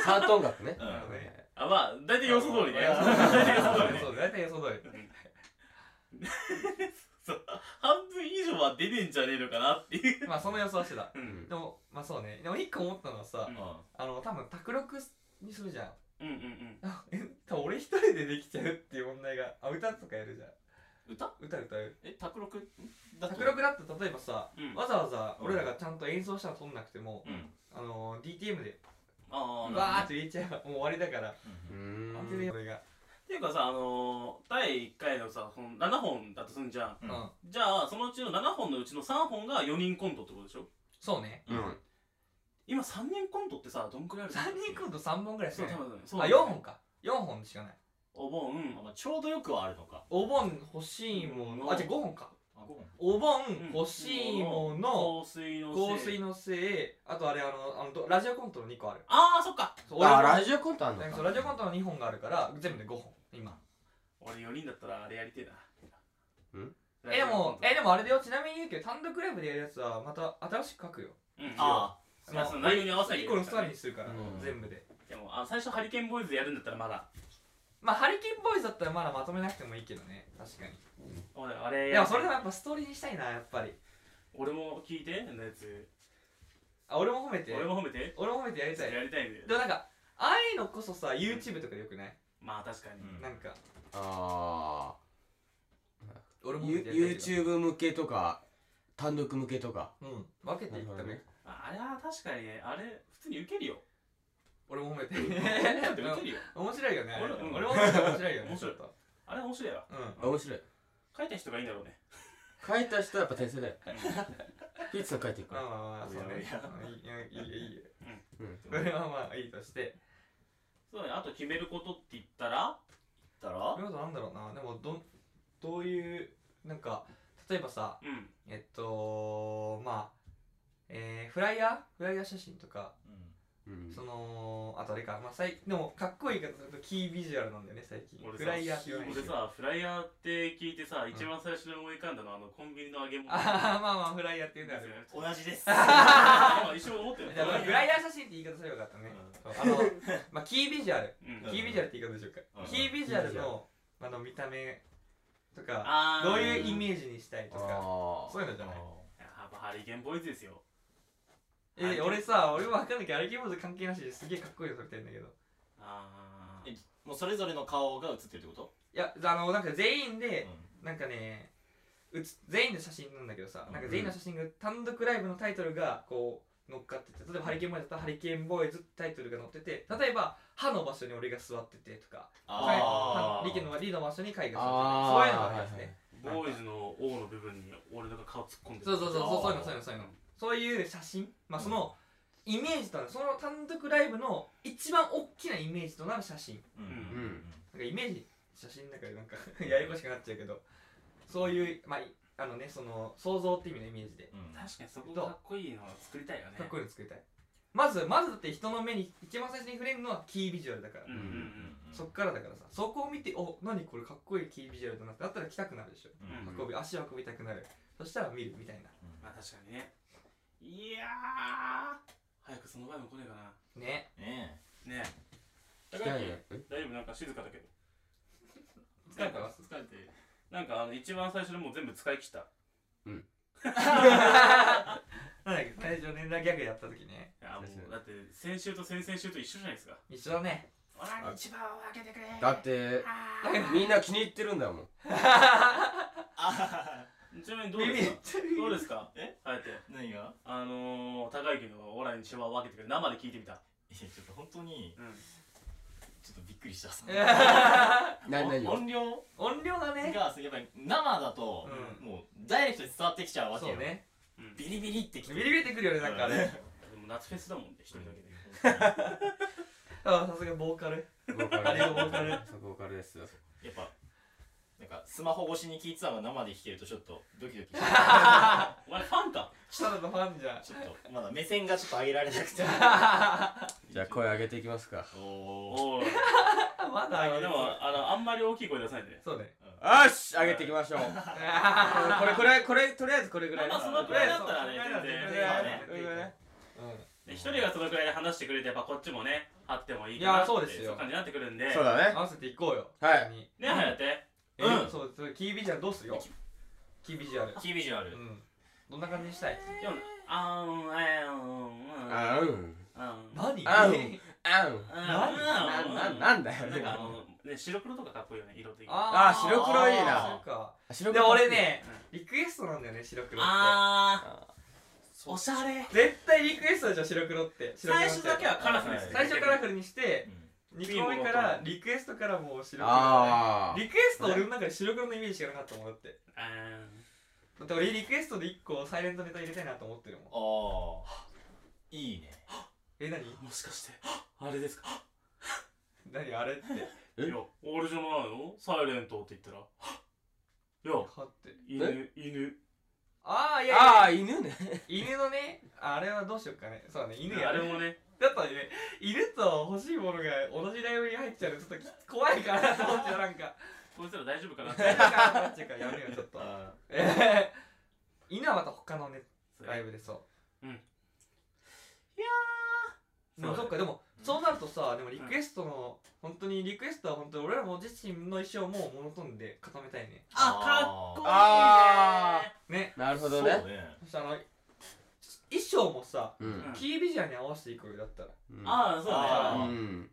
Speaker 4: サート音楽ね
Speaker 3: う
Speaker 1: なるほ
Speaker 3: ん
Speaker 1: ど
Speaker 2: ね
Speaker 1: あまあ大体予想通りね
Speaker 2: あ
Speaker 1: 大体予想通りね
Speaker 2: そう大体予想通り
Speaker 1: そう半分以上は出ねえんじゃねえのかなっていう、
Speaker 2: まあその予想はしてた
Speaker 1: うん、
Speaker 2: でもまあそうねでも1個思ったのはさ
Speaker 1: うん
Speaker 2: あの多分卓録にするじゃん
Speaker 1: うんうんうん
Speaker 2: あえ多分俺一人でできちゃうっていう問題があ歌とかやるじゃ
Speaker 3: うん歌
Speaker 2: ん歌歌う
Speaker 3: え卓六んだと
Speaker 2: 卓録だって例えばさ
Speaker 1: うん
Speaker 2: わざわざ俺らがちゃんと演奏したの撮んなくても、
Speaker 3: うん
Speaker 2: あのー、DTM で
Speaker 1: ああ
Speaker 2: わーって入れちゃえばもう終わりだから
Speaker 3: うん
Speaker 4: うん
Speaker 2: 当てるよ俺が
Speaker 1: っていうかさあのー、第1回のさその7本だとすんじゃん
Speaker 2: う
Speaker 3: う
Speaker 2: んん、
Speaker 1: じゃあそのうちの7本のうちの3本が4人コントってことでしょ
Speaker 2: そうね
Speaker 4: うん
Speaker 1: 今3人コントってさどんくらいある
Speaker 2: 3人コント3本ぐらいしか
Speaker 1: そう
Speaker 2: ない
Speaker 1: 多分ねそう
Speaker 2: あ4本か4本しかない
Speaker 1: お盆
Speaker 3: あまあちょうどよくはあるのか
Speaker 2: お盆欲しいもの、
Speaker 1: うん
Speaker 2: あじゃあ5本か
Speaker 3: あ五本
Speaker 2: お盆
Speaker 1: ん
Speaker 2: 欲しいもの、
Speaker 1: 香水の
Speaker 2: 香水のせいあとあれあのあのどラジオコントの2個ある
Speaker 1: ああそっか
Speaker 2: そう
Speaker 4: あ
Speaker 2: 俺も
Speaker 4: ラジオコントあんの
Speaker 2: なんかそう
Speaker 4: か
Speaker 2: ラジオコントの2本があるから全部で5本今
Speaker 1: 俺4人だったらあれやりてえなんラジ
Speaker 2: え
Speaker 1: オ
Speaker 2: で
Speaker 1: コン
Speaker 2: も
Speaker 1: ト
Speaker 2: えでもあれだよちなみに言うけど単独ライブでやるやつはまた新しく書くよ
Speaker 1: うん
Speaker 3: あ
Speaker 1: あまあその内容に合わせて
Speaker 2: 1個のストーリーにするから、
Speaker 4: うん
Speaker 2: 全部で
Speaker 1: でもあ最初ハリケーンボーイズやるんだったらまだ
Speaker 2: まあハリケーンボーイズだったらまだまとめなくてもいいけどね確かに
Speaker 1: おいあれ
Speaker 2: でもそれでもやっぱストーリーにしたいなやっぱり
Speaker 1: 俺も聞いてあのやつ
Speaker 2: あ俺も褒めて
Speaker 1: 俺も褒めて
Speaker 2: 俺も褒めてやりたい
Speaker 1: やりたいね
Speaker 2: でもなんかああいうのこそさ YouTube とかでよくない、
Speaker 1: まあ確かに
Speaker 3: うん
Speaker 2: なんか
Speaker 4: あ
Speaker 2: 俺
Speaker 4: ー
Speaker 2: も
Speaker 4: ユ YouTube 向けとか単独向けとか
Speaker 2: うん分けていったね
Speaker 1: ああれは確かにねあれ普通にウケるよ
Speaker 2: 俺も褒めて
Speaker 1: だってウケるよ
Speaker 2: 面白いよね
Speaker 1: 俺うん
Speaker 2: 俺も褒めて面白いよね
Speaker 1: 面白い
Speaker 2: ちょっと
Speaker 1: あれ面白いわ
Speaker 2: うん
Speaker 4: 面白い
Speaker 1: 書いた人がいいんだろうね
Speaker 4: 書いた人はやっぱ天才だよピッツさん書いてるか
Speaker 2: まあ
Speaker 4: ら
Speaker 2: まあまあそうねいいいいいいいいよ
Speaker 4: うん
Speaker 2: それはまあいいとして
Speaker 1: そうねあと決めることって言ったら
Speaker 3: たら
Speaker 2: あとなんだろうなでもどんどういうなんか例えばさ
Speaker 1: うん
Speaker 2: えっとまあえー、フライヤーフライヤー写真とか、
Speaker 3: うん
Speaker 4: うん
Speaker 2: そのあとあれか、まあ、さいでもかっこいい言い方するとキービジュアルなんだよね最近
Speaker 1: 俺さ
Speaker 2: フライヤーって言わない
Speaker 1: 俺
Speaker 2: けど
Speaker 1: さフライヤーって聞いてさ一番最初に思い浮かんだのはあのコンビニの揚げ物
Speaker 2: ああまあまあフライヤーって言うんだよね
Speaker 3: 同じ です
Speaker 1: 今一生思ってる
Speaker 2: じゃあフライヤー写真って言い方すればよかったね、そうあの、まあ、キービジュアル
Speaker 1: うん
Speaker 2: キービジュアルって言い方でしょうか、
Speaker 3: うん
Speaker 2: キービジュアルのあの見た目とか
Speaker 1: あー
Speaker 2: どういうイメージにしたいとか
Speaker 4: あ
Speaker 2: そういうのじゃない
Speaker 1: やっぱハリケーンボーイズですよ
Speaker 2: え俺さ俺もわかんないけど歩き物関係なしですげえかっこいいの撮りたいんだけど
Speaker 1: あー
Speaker 3: えもうそれぞれの顔が映ってるってこと
Speaker 2: いやあのなんか全員で
Speaker 3: うん
Speaker 2: なんかねうつ全員の写真なんだけどさ
Speaker 3: うん
Speaker 2: なんか全員の写真が単独ライブのタイトルがこう乗っかってて例えば「ハリケーンボーイズ」だったら「ハリケーンボーイズ」ってタイトルが載ってて例えば「歯の場所に俺が座ってて」とか「
Speaker 3: あ
Speaker 2: 貝
Speaker 3: あ
Speaker 2: 歯リケのリーの場所に貝が座
Speaker 4: あー
Speaker 2: ってて」そういうのがあ
Speaker 1: ボー
Speaker 2: りますね
Speaker 1: イズの王の部分に俺の顔突っ込んで
Speaker 2: そうそうそうそうそういうの
Speaker 3: あー
Speaker 2: そういうのそういうのそういう写真まあそのイメージとなるその単独ライブの一番大きなイメージとなる写真
Speaker 3: うんうん
Speaker 2: なんかイメージ写真の中でなんか ややこしくなっちゃうけどそういうまあいあのねその想像って意味のイメージで
Speaker 3: うんうん
Speaker 1: 確かにそこがかっこいいのを作りたいよね
Speaker 2: かっこいいの作りたいまずまずだって人の目に一番最初に触れるのはキービジュアルだから、
Speaker 1: うんうん
Speaker 3: うん
Speaker 2: そっからだからさそこを見てお何これかっこいいキービジュアルだなってなったら来たくなるでしょ
Speaker 3: うん
Speaker 1: うん
Speaker 2: 運び足を運びたくなるそしたら見るみたいな
Speaker 1: うんまあ確かにねいやー早くその場合も来ねえか
Speaker 2: ね
Speaker 3: ね
Speaker 1: なねえ
Speaker 4: 来たいね
Speaker 1: 大丈夫なんか静かだけど
Speaker 2: 疲れたわ
Speaker 1: 疲れてるなんかあの一番最初でもう全部使い切った
Speaker 2: なんだっけ最初連打ギャグやった時ね
Speaker 1: いやも
Speaker 4: そうですね
Speaker 1: うだって先週と先々週と一緒じゃないですか
Speaker 2: 一緒だね
Speaker 1: 俺は一番を開けてくれ
Speaker 4: だって
Speaker 1: あ
Speaker 4: みんな気に入ってるんだもん
Speaker 3: あ
Speaker 1: ちなみにどうですかどうですか
Speaker 3: え
Speaker 1: あえて
Speaker 3: ー何が
Speaker 1: あのー、高いけどオーラにシワを分けてくれ生で聞いてみた
Speaker 3: いやちょっと本当に
Speaker 1: うん
Speaker 3: ちょっとびっくりしたその
Speaker 2: た
Speaker 4: な何
Speaker 3: 音量
Speaker 2: 音量がね
Speaker 3: がそうやっぱり生だと
Speaker 2: う
Speaker 3: もうダイレクトに伝わってきちゃうわけ
Speaker 2: そう
Speaker 3: よ
Speaker 2: ね
Speaker 1: うんで
Speaker 3: ビリビリってきて
Speaker 2: ビリビリってくるよねなんかあれ
Speaker 1: も夏フェスだもんね一人だけで
Speaker 2: あさすがボーカル
Speaker 4: ボーカル
Speaker 2: あれがボーカル
Speaker 4: そうボーカルですよ
Speaker 3: やっぱなんかスマホ越しに聞いてたのが生で弾けるとちょっとドキドキして
Speaker 1: お前ファンか
Speaker 2: ただのファンじゃん
Speaker 3: ちょっとまだ目線がちょっと上げられなくて
Speaker 4: じゃあ声上げていきますか
Speaker 3: おお
Speaker 1: おお
Speaker 2: あまだ
Speaker 1: あ
Speaker 2: あげ
Speaker 1: の
Speaker 2: る
Speaker 1: でもあのあんまり大きい声出さないでね
Speaker 2: そうね
Speaker 4: よし上げていきましょうこれこれこれとりあえずこれぐらい
Speaker 1: まあそのくらいだったらね
Speaker 2: そう
Speaker 1: 全然
Speaker 2: そのくらいだったら
Speaker 4: これぐらいね
Speaker 1: で一人がそのくらいで話してくれてやっぱこっちもねあってもいいか
Speaker 2: い
Speaker 1: な
Speaker 2: や
Speaker 1: って
Speaker 2: そうですよ
Speaker 1: いう感じになってくるんで
Speaker 4: そうだ
Speaker 2: うん
Speaker 4: ね
Speaker 2: 合わせていこうよ
Speaker 4: はい
Speaker 2: い
Speaker 1: ねはやて
Speaker 2: え
Speaker 3: うん
Speaker 2: そうそうキービジュアルどうするよキービジュアル
Speaker 3: キービジュアル
Speaker 2: うんどんな感じにしたい
Speaker 1: 今日のあーんあーんあーん
Speaker 4: あうん
Speaker 1: あーん
Speaker 2: 何
Speaker 4: あう
Speaker 2: え
Speaker 4: あうん
Speaker 1: あーん
Speaker 4: なななんだよ
Speaker 1: なんかあのね白黒とかかっこいいよね色的に
Speaker 4: あー白黒いい
Speaker 2: そ
Speaker 4: な
Speaker 2: うか
Speaker 4: 白
Speaker 2: で
Speaker 4: 黒
Speaker 2: も俺ねリクエストなんだよね白黒っ
Speaker 1: あーおしゃれ
Speaker 2: て絶対リクエストじゃん白黒って白黒
Speaker 1: 最
Speaker 2: って
Speaker 1: 初だけはカラフルです
Speaker 2: 最初カラフルにして
Speaker 3: うん
Speaker 2: 2個目からリクエストからもう白黒
Speaker 4: あー
Speaker 2: リクエスト俺の中で白黒のイメージしかなかったもんだって
Speaker 1: あー
Speaker 2: だって俺リクエストで1個サイレントネタ入れたいなと思ってるもん
Speaker 3: ああいいね
Speaker 2: え何
Speaker 1: もしかして、あれですか
Speaker 2: 何あれって
Speaker 1: い
Speaker 4: え
Speaker 1: や、俺じゃないのサイレントって言ったら。いや、
Speaker 2: かって
Speaker 1: 犬、犬。
Speaker 2: ああいやいや
Speaker 4: あー犬ね
Speaker 2: 犬のねあれはどうしよっかねそうだね犬や
Speaker 1: あ
Speaker 2: る
Speaker 1: れもね、
Speaker 2: だったらね犬と欲しいものが同じライブに入っちゃうのちょっとき怖いかなと思ってなんか
Speaker 1: こいつら大丈夫か なって。
Speaker 2: なんかなっちゃうからやめようちょっと
Speaker 3: あ
Speaker 2: えー、犬はまた他のねライブでそうでもそっかでもそうなるとさでもリクエストの、本当にリクエストは本当に俺らも自身の衣装もモノトーンで固めたいね
Speaker 1: あ、かっこいいね
Speaker 2: ね
Speaker 4: あなる
Speaker 3: そ
Speaker 4: ほ
Speaker 3: う
Speaker 4: どね
Speaker 3: ね
Speaker 2: そしてあの衣装もさ
Speaker 4: うん
Speaker 2: キービジュアルに合わせていくよだったら
Speaker 4: うん
Speaker 1: ああ、そう
Speaker 4: う
Speaker 1: だね。
Speaker 4: ん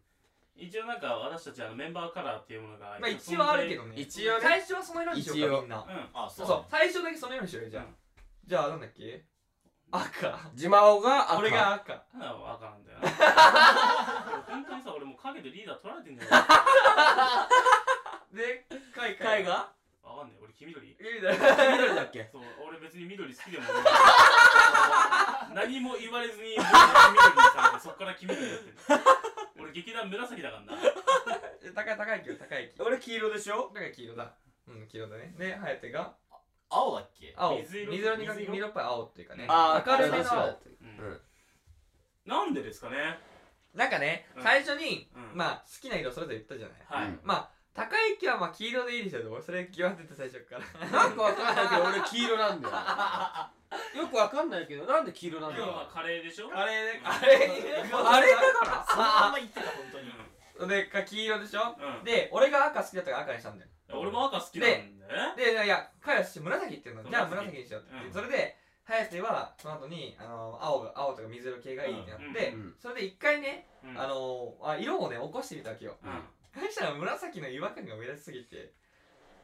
Speaker 1: 一応なんか私たちあのメンバーカラーっていうものが。
Speaker 2: まあ一応あるけ
Speaker 1: ど。
Speaker 2: どね
Speaker 4: 一応ね
Speaker 2: 最初はその色にしよう
Speaker 4: 一
Speaker 2: か
Speaker 4: 応
Speaker 2: みんな
Speaker 1: うん。
Speaker 3: あそ
Speaker 2: そうう
Speaker 3: だ
Speaker 2: そう最初だけその色にしようよじゃあ、
Speaker 1: うん
Speaker 2: じゃあなんだっけ赤
Speaker 4: 自慢が 赤
Speaker 2: 俺 が赤
Speaker 1: なんだわからんだよ な。本当にさ、俺もう影でリーダー取られてんだよ。
Speaker 2: で海
Speaker 4: 海が
Speaker 1: わかんない。俺黄緑。
Speaker 2: みたいな
Speaker 4: 緑だっけ
Speaker 1: そう、俺別に緑好きでもないあの何も言われずに、僕は黄緑にしたので、そっから黄緑になってる。俺劇団紫だからな。
Speaker 2: え高い高い黄色高い黄
Speaker 4: 俺黄色でしょ
Speaker 2: 色高い黄色だうん黄色だねで颯が
Speaker 3: 青だっけ
Speaker 2: 青
Speaker 1: 水
Speaker 2: 水
Speaker 1: 色
Speaker 2: 色にかけ
Speaker 1: 水色
Speaker 2: 緑っぽい青っていうかね
Speaker 4: あー
Speaker 2: 明るめの
Speaker 4: 明るい
Speaker 2: 青
Speaker 4: 青
Speaker 1: うんなんでですかね。
Speaker 2: なんかね、
Speaker 1: うん
Speaker 2: 最初に
Speaker 1: うん
Speaker 2: まあ好きな色それぞれ言ったじゃない
Speaker 1: はい。
Speaker 4: うん
Speaker 2: まあ高い木はまあ黄色でいいでしょでもそれ決まってて最初から
Speaker 4: なんかわかんないけど俺黄色なんだ よよくわかんないけどなんで黄色なん
Speaker 1: 今
Speaker 4: だ
Speaker 1: 日
Speaker 4: ろう
Speaker 1: はカレーでしょ。
Speaker 2: あれあれあれだから
Speaker 3: そのまんま言ってた本当に
Speaker 2: でか黄色でしょ
Speaker 1: うん。
Speaker 2: で俺が赤好きだったから赤にしたんだよ
Speaker 1: 俺も赤好きなんだよね。
Speaker 2: でいや彼は紫って言うのじゃあ
Speaker 1: 紫
Speaker 2: 紫にしようって言って、
Speaker 1: うん
Speaker 2: それで颯はその後にあの青が青とか水色系がいいってなって、
Speaker 4: うんうん
Speaker 2: それで一回ね、
Speaker 1: うん
Speaker 2: あのあ色をね起こしてみたわけよ
Speaker 1: うん
Speaker 2: 会社の紫の違和感が目立ちすぎて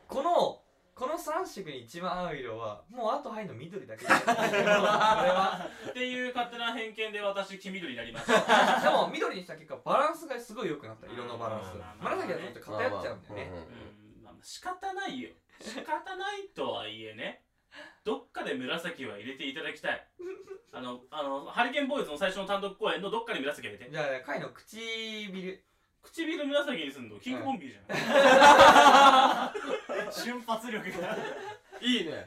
Speaker 2: このこの3色に一番合う色はもうあと入るの 緑だけだよこれは
Speaker 1: っていう勝手な偏見で私黄緑になりました。
Speaker 2: でも緑にした結果バランスがすごい良くなった色のバランス
Speaker 1: まあまあまあ
Speaker 2: 紫だとちょっと偏っちゃうんだよね
Speaker 4: まあまあ
Speaker 1: うん。まあ仕方ないよ。仕方ないとはいえね。どっかで紫は入れていただきたい。あの、あの、ハリケーンボーイズの最初の単独公演のどっかに紫入れて。
Speaker 2: じゃあ貝の唇
Speaker 1: 唇紫にすんの、キングボンビーじゃん。
Speaker 3: 瞬発力が
Speaker 4: いいね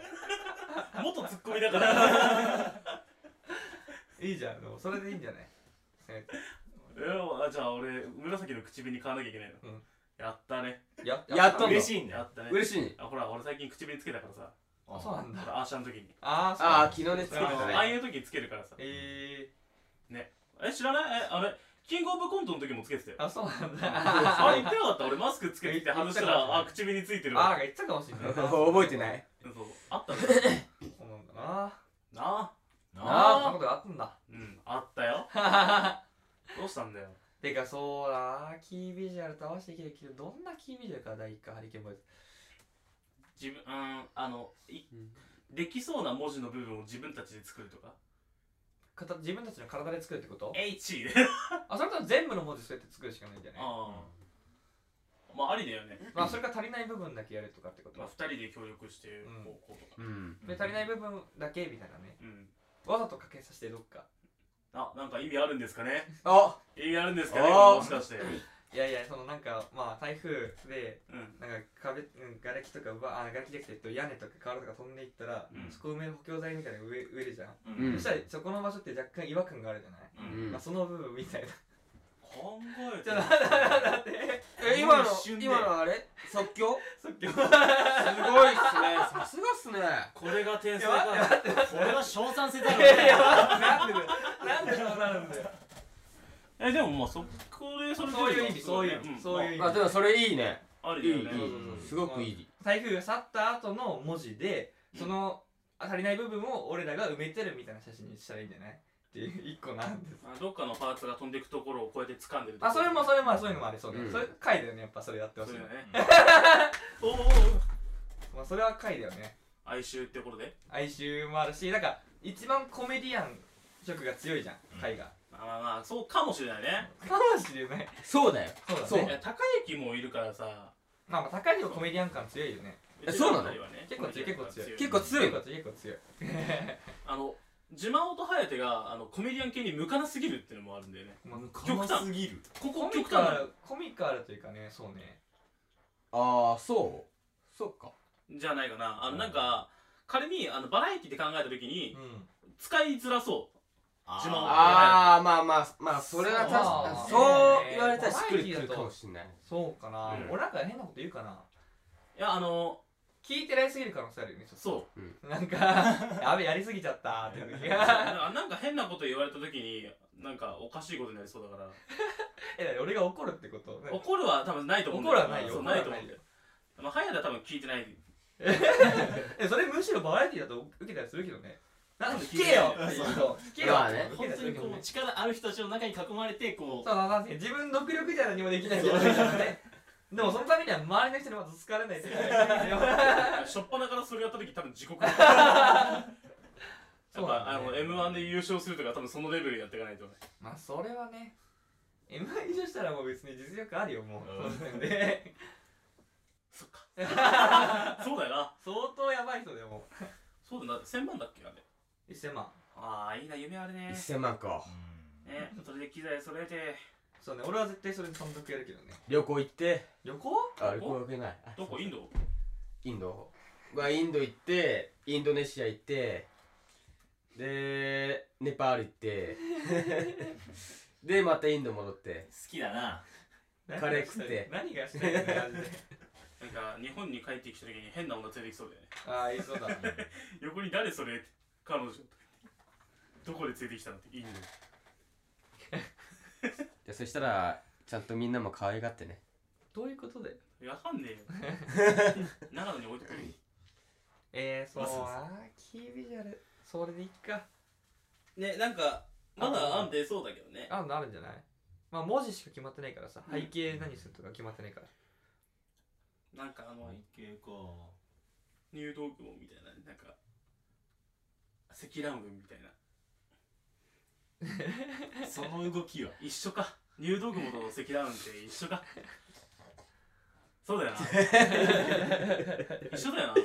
Speaker 1: 元ツッコミだから。
Speaker 2: いいじゃんでもそれでいいんじゃないえ
Speaker 1: えー、あじゃあ俺、紫の唇に変わらなきゃいけないの。
Speaker 2: うん
Speaker 1: やったね。
Speaker 2: や
Speaker 4: やっとんの
Speaker 3: 嬉しいんだ
Speaker 1: や
Speaker 3: よ
Speaker 1: ったね。
Speaker 4: 嬉しいね
Speaker 1: あ、ほら、俺最近唇つけたからさ。
Speaker 2: あそうなんだ
Speaker 1: ほらアーシャの時に。
Speaker 2: あーそう
Speaker 4: ああ昨日ねつけ
Speaker 1: あ
Speaker 4: てた
Speaker 1: のああ
Speaker 4: ね
Speaker 1: いう時つけるからさ。
Speaker 2: え
Speaker 1: え、知らないえ、あれ、キングオブコントの時もつけてたよ
Speaker 2: ー、。あ そう なん
Speaker 1: あ
Speaker 2: だ
Speaker 1: れ言ってなかった俺マスクつけてきて外した
Speaker 2: 言って
Speaker 1: ら、
Speaker 2: た
Speaker 1: あ、唇についてるわ。
Speaker 2: あーが言ってたかもしれないな
Speaker 4: 覚えてない
Speaker 1: そう、あったん
Speaker 2: そうなんだな
Speaker 1: なあ。
Speaker 2: あーそんな
Speaker 3: なあ
Speaker 2: ことがあったんだ
Speaker 1: うん、あったよ。どうしたんだよ。
Speaker 2: でてかそうだなキービジュアルと合わせていけるけどどんなキービジュアルか第一回ハリケーンボーイズ
Speaker 1: 自分うんあのい
Speaker 4: うん
Speaker 1: できそうな文字の部分を自分たちで作るとか
Speaker 2: かた自分たちの体で作るってこと
Speaker 1: H で
Speaker 2: あそれとも全部の文字そうやって作るしかないんじゃない
Speaker 1: ああまあありだよね、
Speaker 2: まあそれか足りない部分だけやるとかってこと、
Speaker 1: まあ、2人で協力して
Speaker 2: うん
Speaker 1: こうこうとか
Speaker 3: うん
Speaker 2: で足りない部分だけみたいなね
Speaker 1: うん
Speaker 2: わざとかけさせてどっか
Speaker 1: あなんか意味あるんですかね
Speaker 4: あ
Speaker 1: 意味あるんですかね
Speaker 4: あー
Speaker 1: もしかして
Speaker 2: いやいやそのなんかまあ台風で
Speaker 1: うん
Speaker 2: なんか壁うん瓦礫とかばあ瓦礫じゃなくてえっと屋根とか瓦とか飛んでいったら、
Speaker 1: うん
Speaker 2: そこ埋める補強材みたいなの植え植えるじゃん、
Speaker 1: う
Speaker 3: うん
Speaker 2: そしたらそこの場所って若干違和感があるじゃない、
Speaker 1: うん
Speaker 2: まあ、その部分みたいな
Speaker 1: 考え
Speaker 2: ち
Speaker 1: て
Speaker 2: ょ
Speaker 1: る
Speaker 2: っと待って待って待って
Speaker 4: え今の
Speaker 3: 一瞬で
Speaker 4: 今のあれ即興
Speaker 2: 即興
Speaker 4: すごいっすねさすがっすね
Speaker 1: これが天才
Speaker 2: いや待
Speaker 1: か
Speaker 3: これは称賛せざるを
Speaker 2: い
Speaker 3: 得
Speaker 2: や
Speaker 3: ない
Speaker 2: いやなんでだよなんでそうなるんだよ
Speaker 1: えでもまあそこでそれ
Speaker 2: そういう意味そういう意味そういう意
Speaker 4: あ
Speaker 2: 味
Speaker 4: でもそれいいね
Speaker 1: あ
Speaker 4: いいい
Speaker 1: り
Speaker 4: い
Speaker 1: だよね
Speaker 4: すごくいい
Speaker 2: 台風が去った後の文字でその足りない部分を俺らが埋めてるみたいな写真にしたらいいんじゃないっていう一個なんです
Speaker 1: あどっかのパーツが飛んでいくところをこうやって掴んでる
Speaker 2: あそれも
Speaker 1: そ
Speaker 2: それもそういうのもありそうね、
Speaker 4: うん
Speaker 2: それ回だよねやっぱそれやってほ
Speaker 1: う
Speaker 2: しい
Speaker 1: だ
Speaker 2: ね
Speaker 1: よね
Speaker 3: うん
Speaker 1: おーおーおー
Speaker 2: まあそれは回だよね
Speaker 1: 哀愁ってことで
Speaker 2: 哀愁もあるしなんか一番コメディアン色が強いじゃん回が、
Speaker 1: まあまあまあそうかもしれないね
Speaker 2: かもしれない
Speaker 4: そうだよ
Speaker 2: そうだね
Speaker 4: そう
Speaker 1: いや高之もいるからさ
Speaker 2: まあまあ高い方コメディアン感強いよね
Speaker 4: えそうなの
Speaker 1: うちら二人はね
Speaker 2: 結構強い結構強い
Speaker 4: 結構強い
Speaker 2: 結構強い結構強い
Speaker 1: あの自慢音颯があのコメディアン系に向かなすぎるっていうのもあるんだよね
Speaker 2: まあ
Speaker 3: 極端すぎる
Speaker 1: こ
Speaker 2: コ
Speaker 1: こ
Speaker 2: ミ
Speaker 1: 極
Speaker 2: カ
Speaker 1: 端
Speaker 2: ルコミカルというかねそうね
Speaker 4: ああそうそっか
Speaker 1: じゃないかなあ
Speaker 3: う
Speaker 1: の
Speaker 3: ん
Speaker 1: なんか仮にあのバラエティで考えた時に
Speaker 2: うん
Speaker 1: 使いづらそう自慢
Speaker 3: あ
Speaker 4: ああまあまあまあそれは確か
Speaker 2: そう
Speaker 4: にそう言われたらしっくりくるかもしんない
Speaker 2: そうかな、
Speaker 1: うん
Speaker 2: 俺なんか変なこと言うかない
Speaker 1: やあの
Speaker 2: 聞いてないすぎる可能性あるよねちょっと
Speaker 1: そう
Speaker 2: なんかやべやりすぎちゃったーって時が
Speaker 1: ななんか変なこと言われた時になんかおかしいことになりそうだから
Speaker 2: え俺が怒るってこと
Speaker 1: 怒るは多分ないと思うんだ
Speaker 2: 怒るはないよ
Speaker 1: そう
Speaker 2: 怒る
Speaker 1: な
Speaker 2: はい
Speaker 1: と思うんだよまあ、早田は多分聞いて ない
Speaker 2: えそれむしろバラエティだと受けたりするけどねなんで
Speaker 1: 聞
Speaker 2: 聞
Speaker 1: け
Speaker 2: けよ
Speaker 1: よ
Speaker 2: って言うと聞けよ
Speaker 4: まあ
Speaker 2: って
Speaker 4: ね
Speaker 2: 受けたり
Speaker 3: 本当
Speaker 2: する
Speaker 3: に
Speaker 2: け
Speaker 3: こ
Speaker 2: どね
Speaker 3: う力ある人たちの中に囲まれてこう
Speaker 2: そうだな自分独力じゃ何もできないけどねでもそのためには周りの人にまず好かれないといけない
Speaker 1: 初っ端からそれやった時多分地獄やっぱ
Speaker 2: そうなんだ
Speaker 1: あ
Speaker 2: ね
Speaker 1: の m 1で優勝するとか多分そのレベルやっていかないとね
Speaker 2: まあそれはね M1 優勝したらもう別に実力あるよもう、
Speaker 3: うん
Speaker 2: その時点で
Speaker 1: そっかそうだよな
Speaker 2: 相当やばい人でも
Speaker 1: そうだな1000万だっけあれ
Speaker 2: う1000万
Speaker 1: ああいいな夢あるね
Speaker 4: 1000万か
Speaker 1: ねそれで機材揃えて
Speaker 2: そうね俺は絶対それで単独やるけどね
Speaker 4: 旅行行って
Speaker 2: 旅行
Speaker 4: あ旅行行けないあ
Speaker 1: どこインド
Speaker 4: インドはインド行ってインドネシア行ってでネパール行ってでまたインド戻って
Speaker 3: 好きだな
Speaker 4: カレー食って
Speaker 2: 何がした いのマジ
Speaker 1: な
Speaker 2: で
Speaker 1: んか日本に帰ってきた時に変な女連れてきそうだよね
Speaker 2: ああ言いそうだ
Speaker 1: 横に誰それって彼女どこで連れてきたのってインド
Speaker 4: でそしたらちゃんとみんなも可愛がってね
Speaker 2: どういうことで
Speaker 1: にわかんね えよ長野に置いてくる
Speaker 2: えー、そう
Speaker 1: まあそうそう
Speaker 2: あーキービジュアルそれでいっか
Speaker 1: ねなんかまだ案出そうだけどね
Speaker 2: あんのあるんじゃないまあ文字しか決まってないからさ
Speaker 1: うん
Speaker 2: 背景何するとか決まってないから、
Speaker 1: なんかあの
Speaker 3: 背景か
Speaker 1: 入道雲みたいななんか積乱雲みたいな
Speaker 3: その動きは
Speaker 1: 一緒か入道雲と積乱雲って一 緒かそうだよな一緒だよない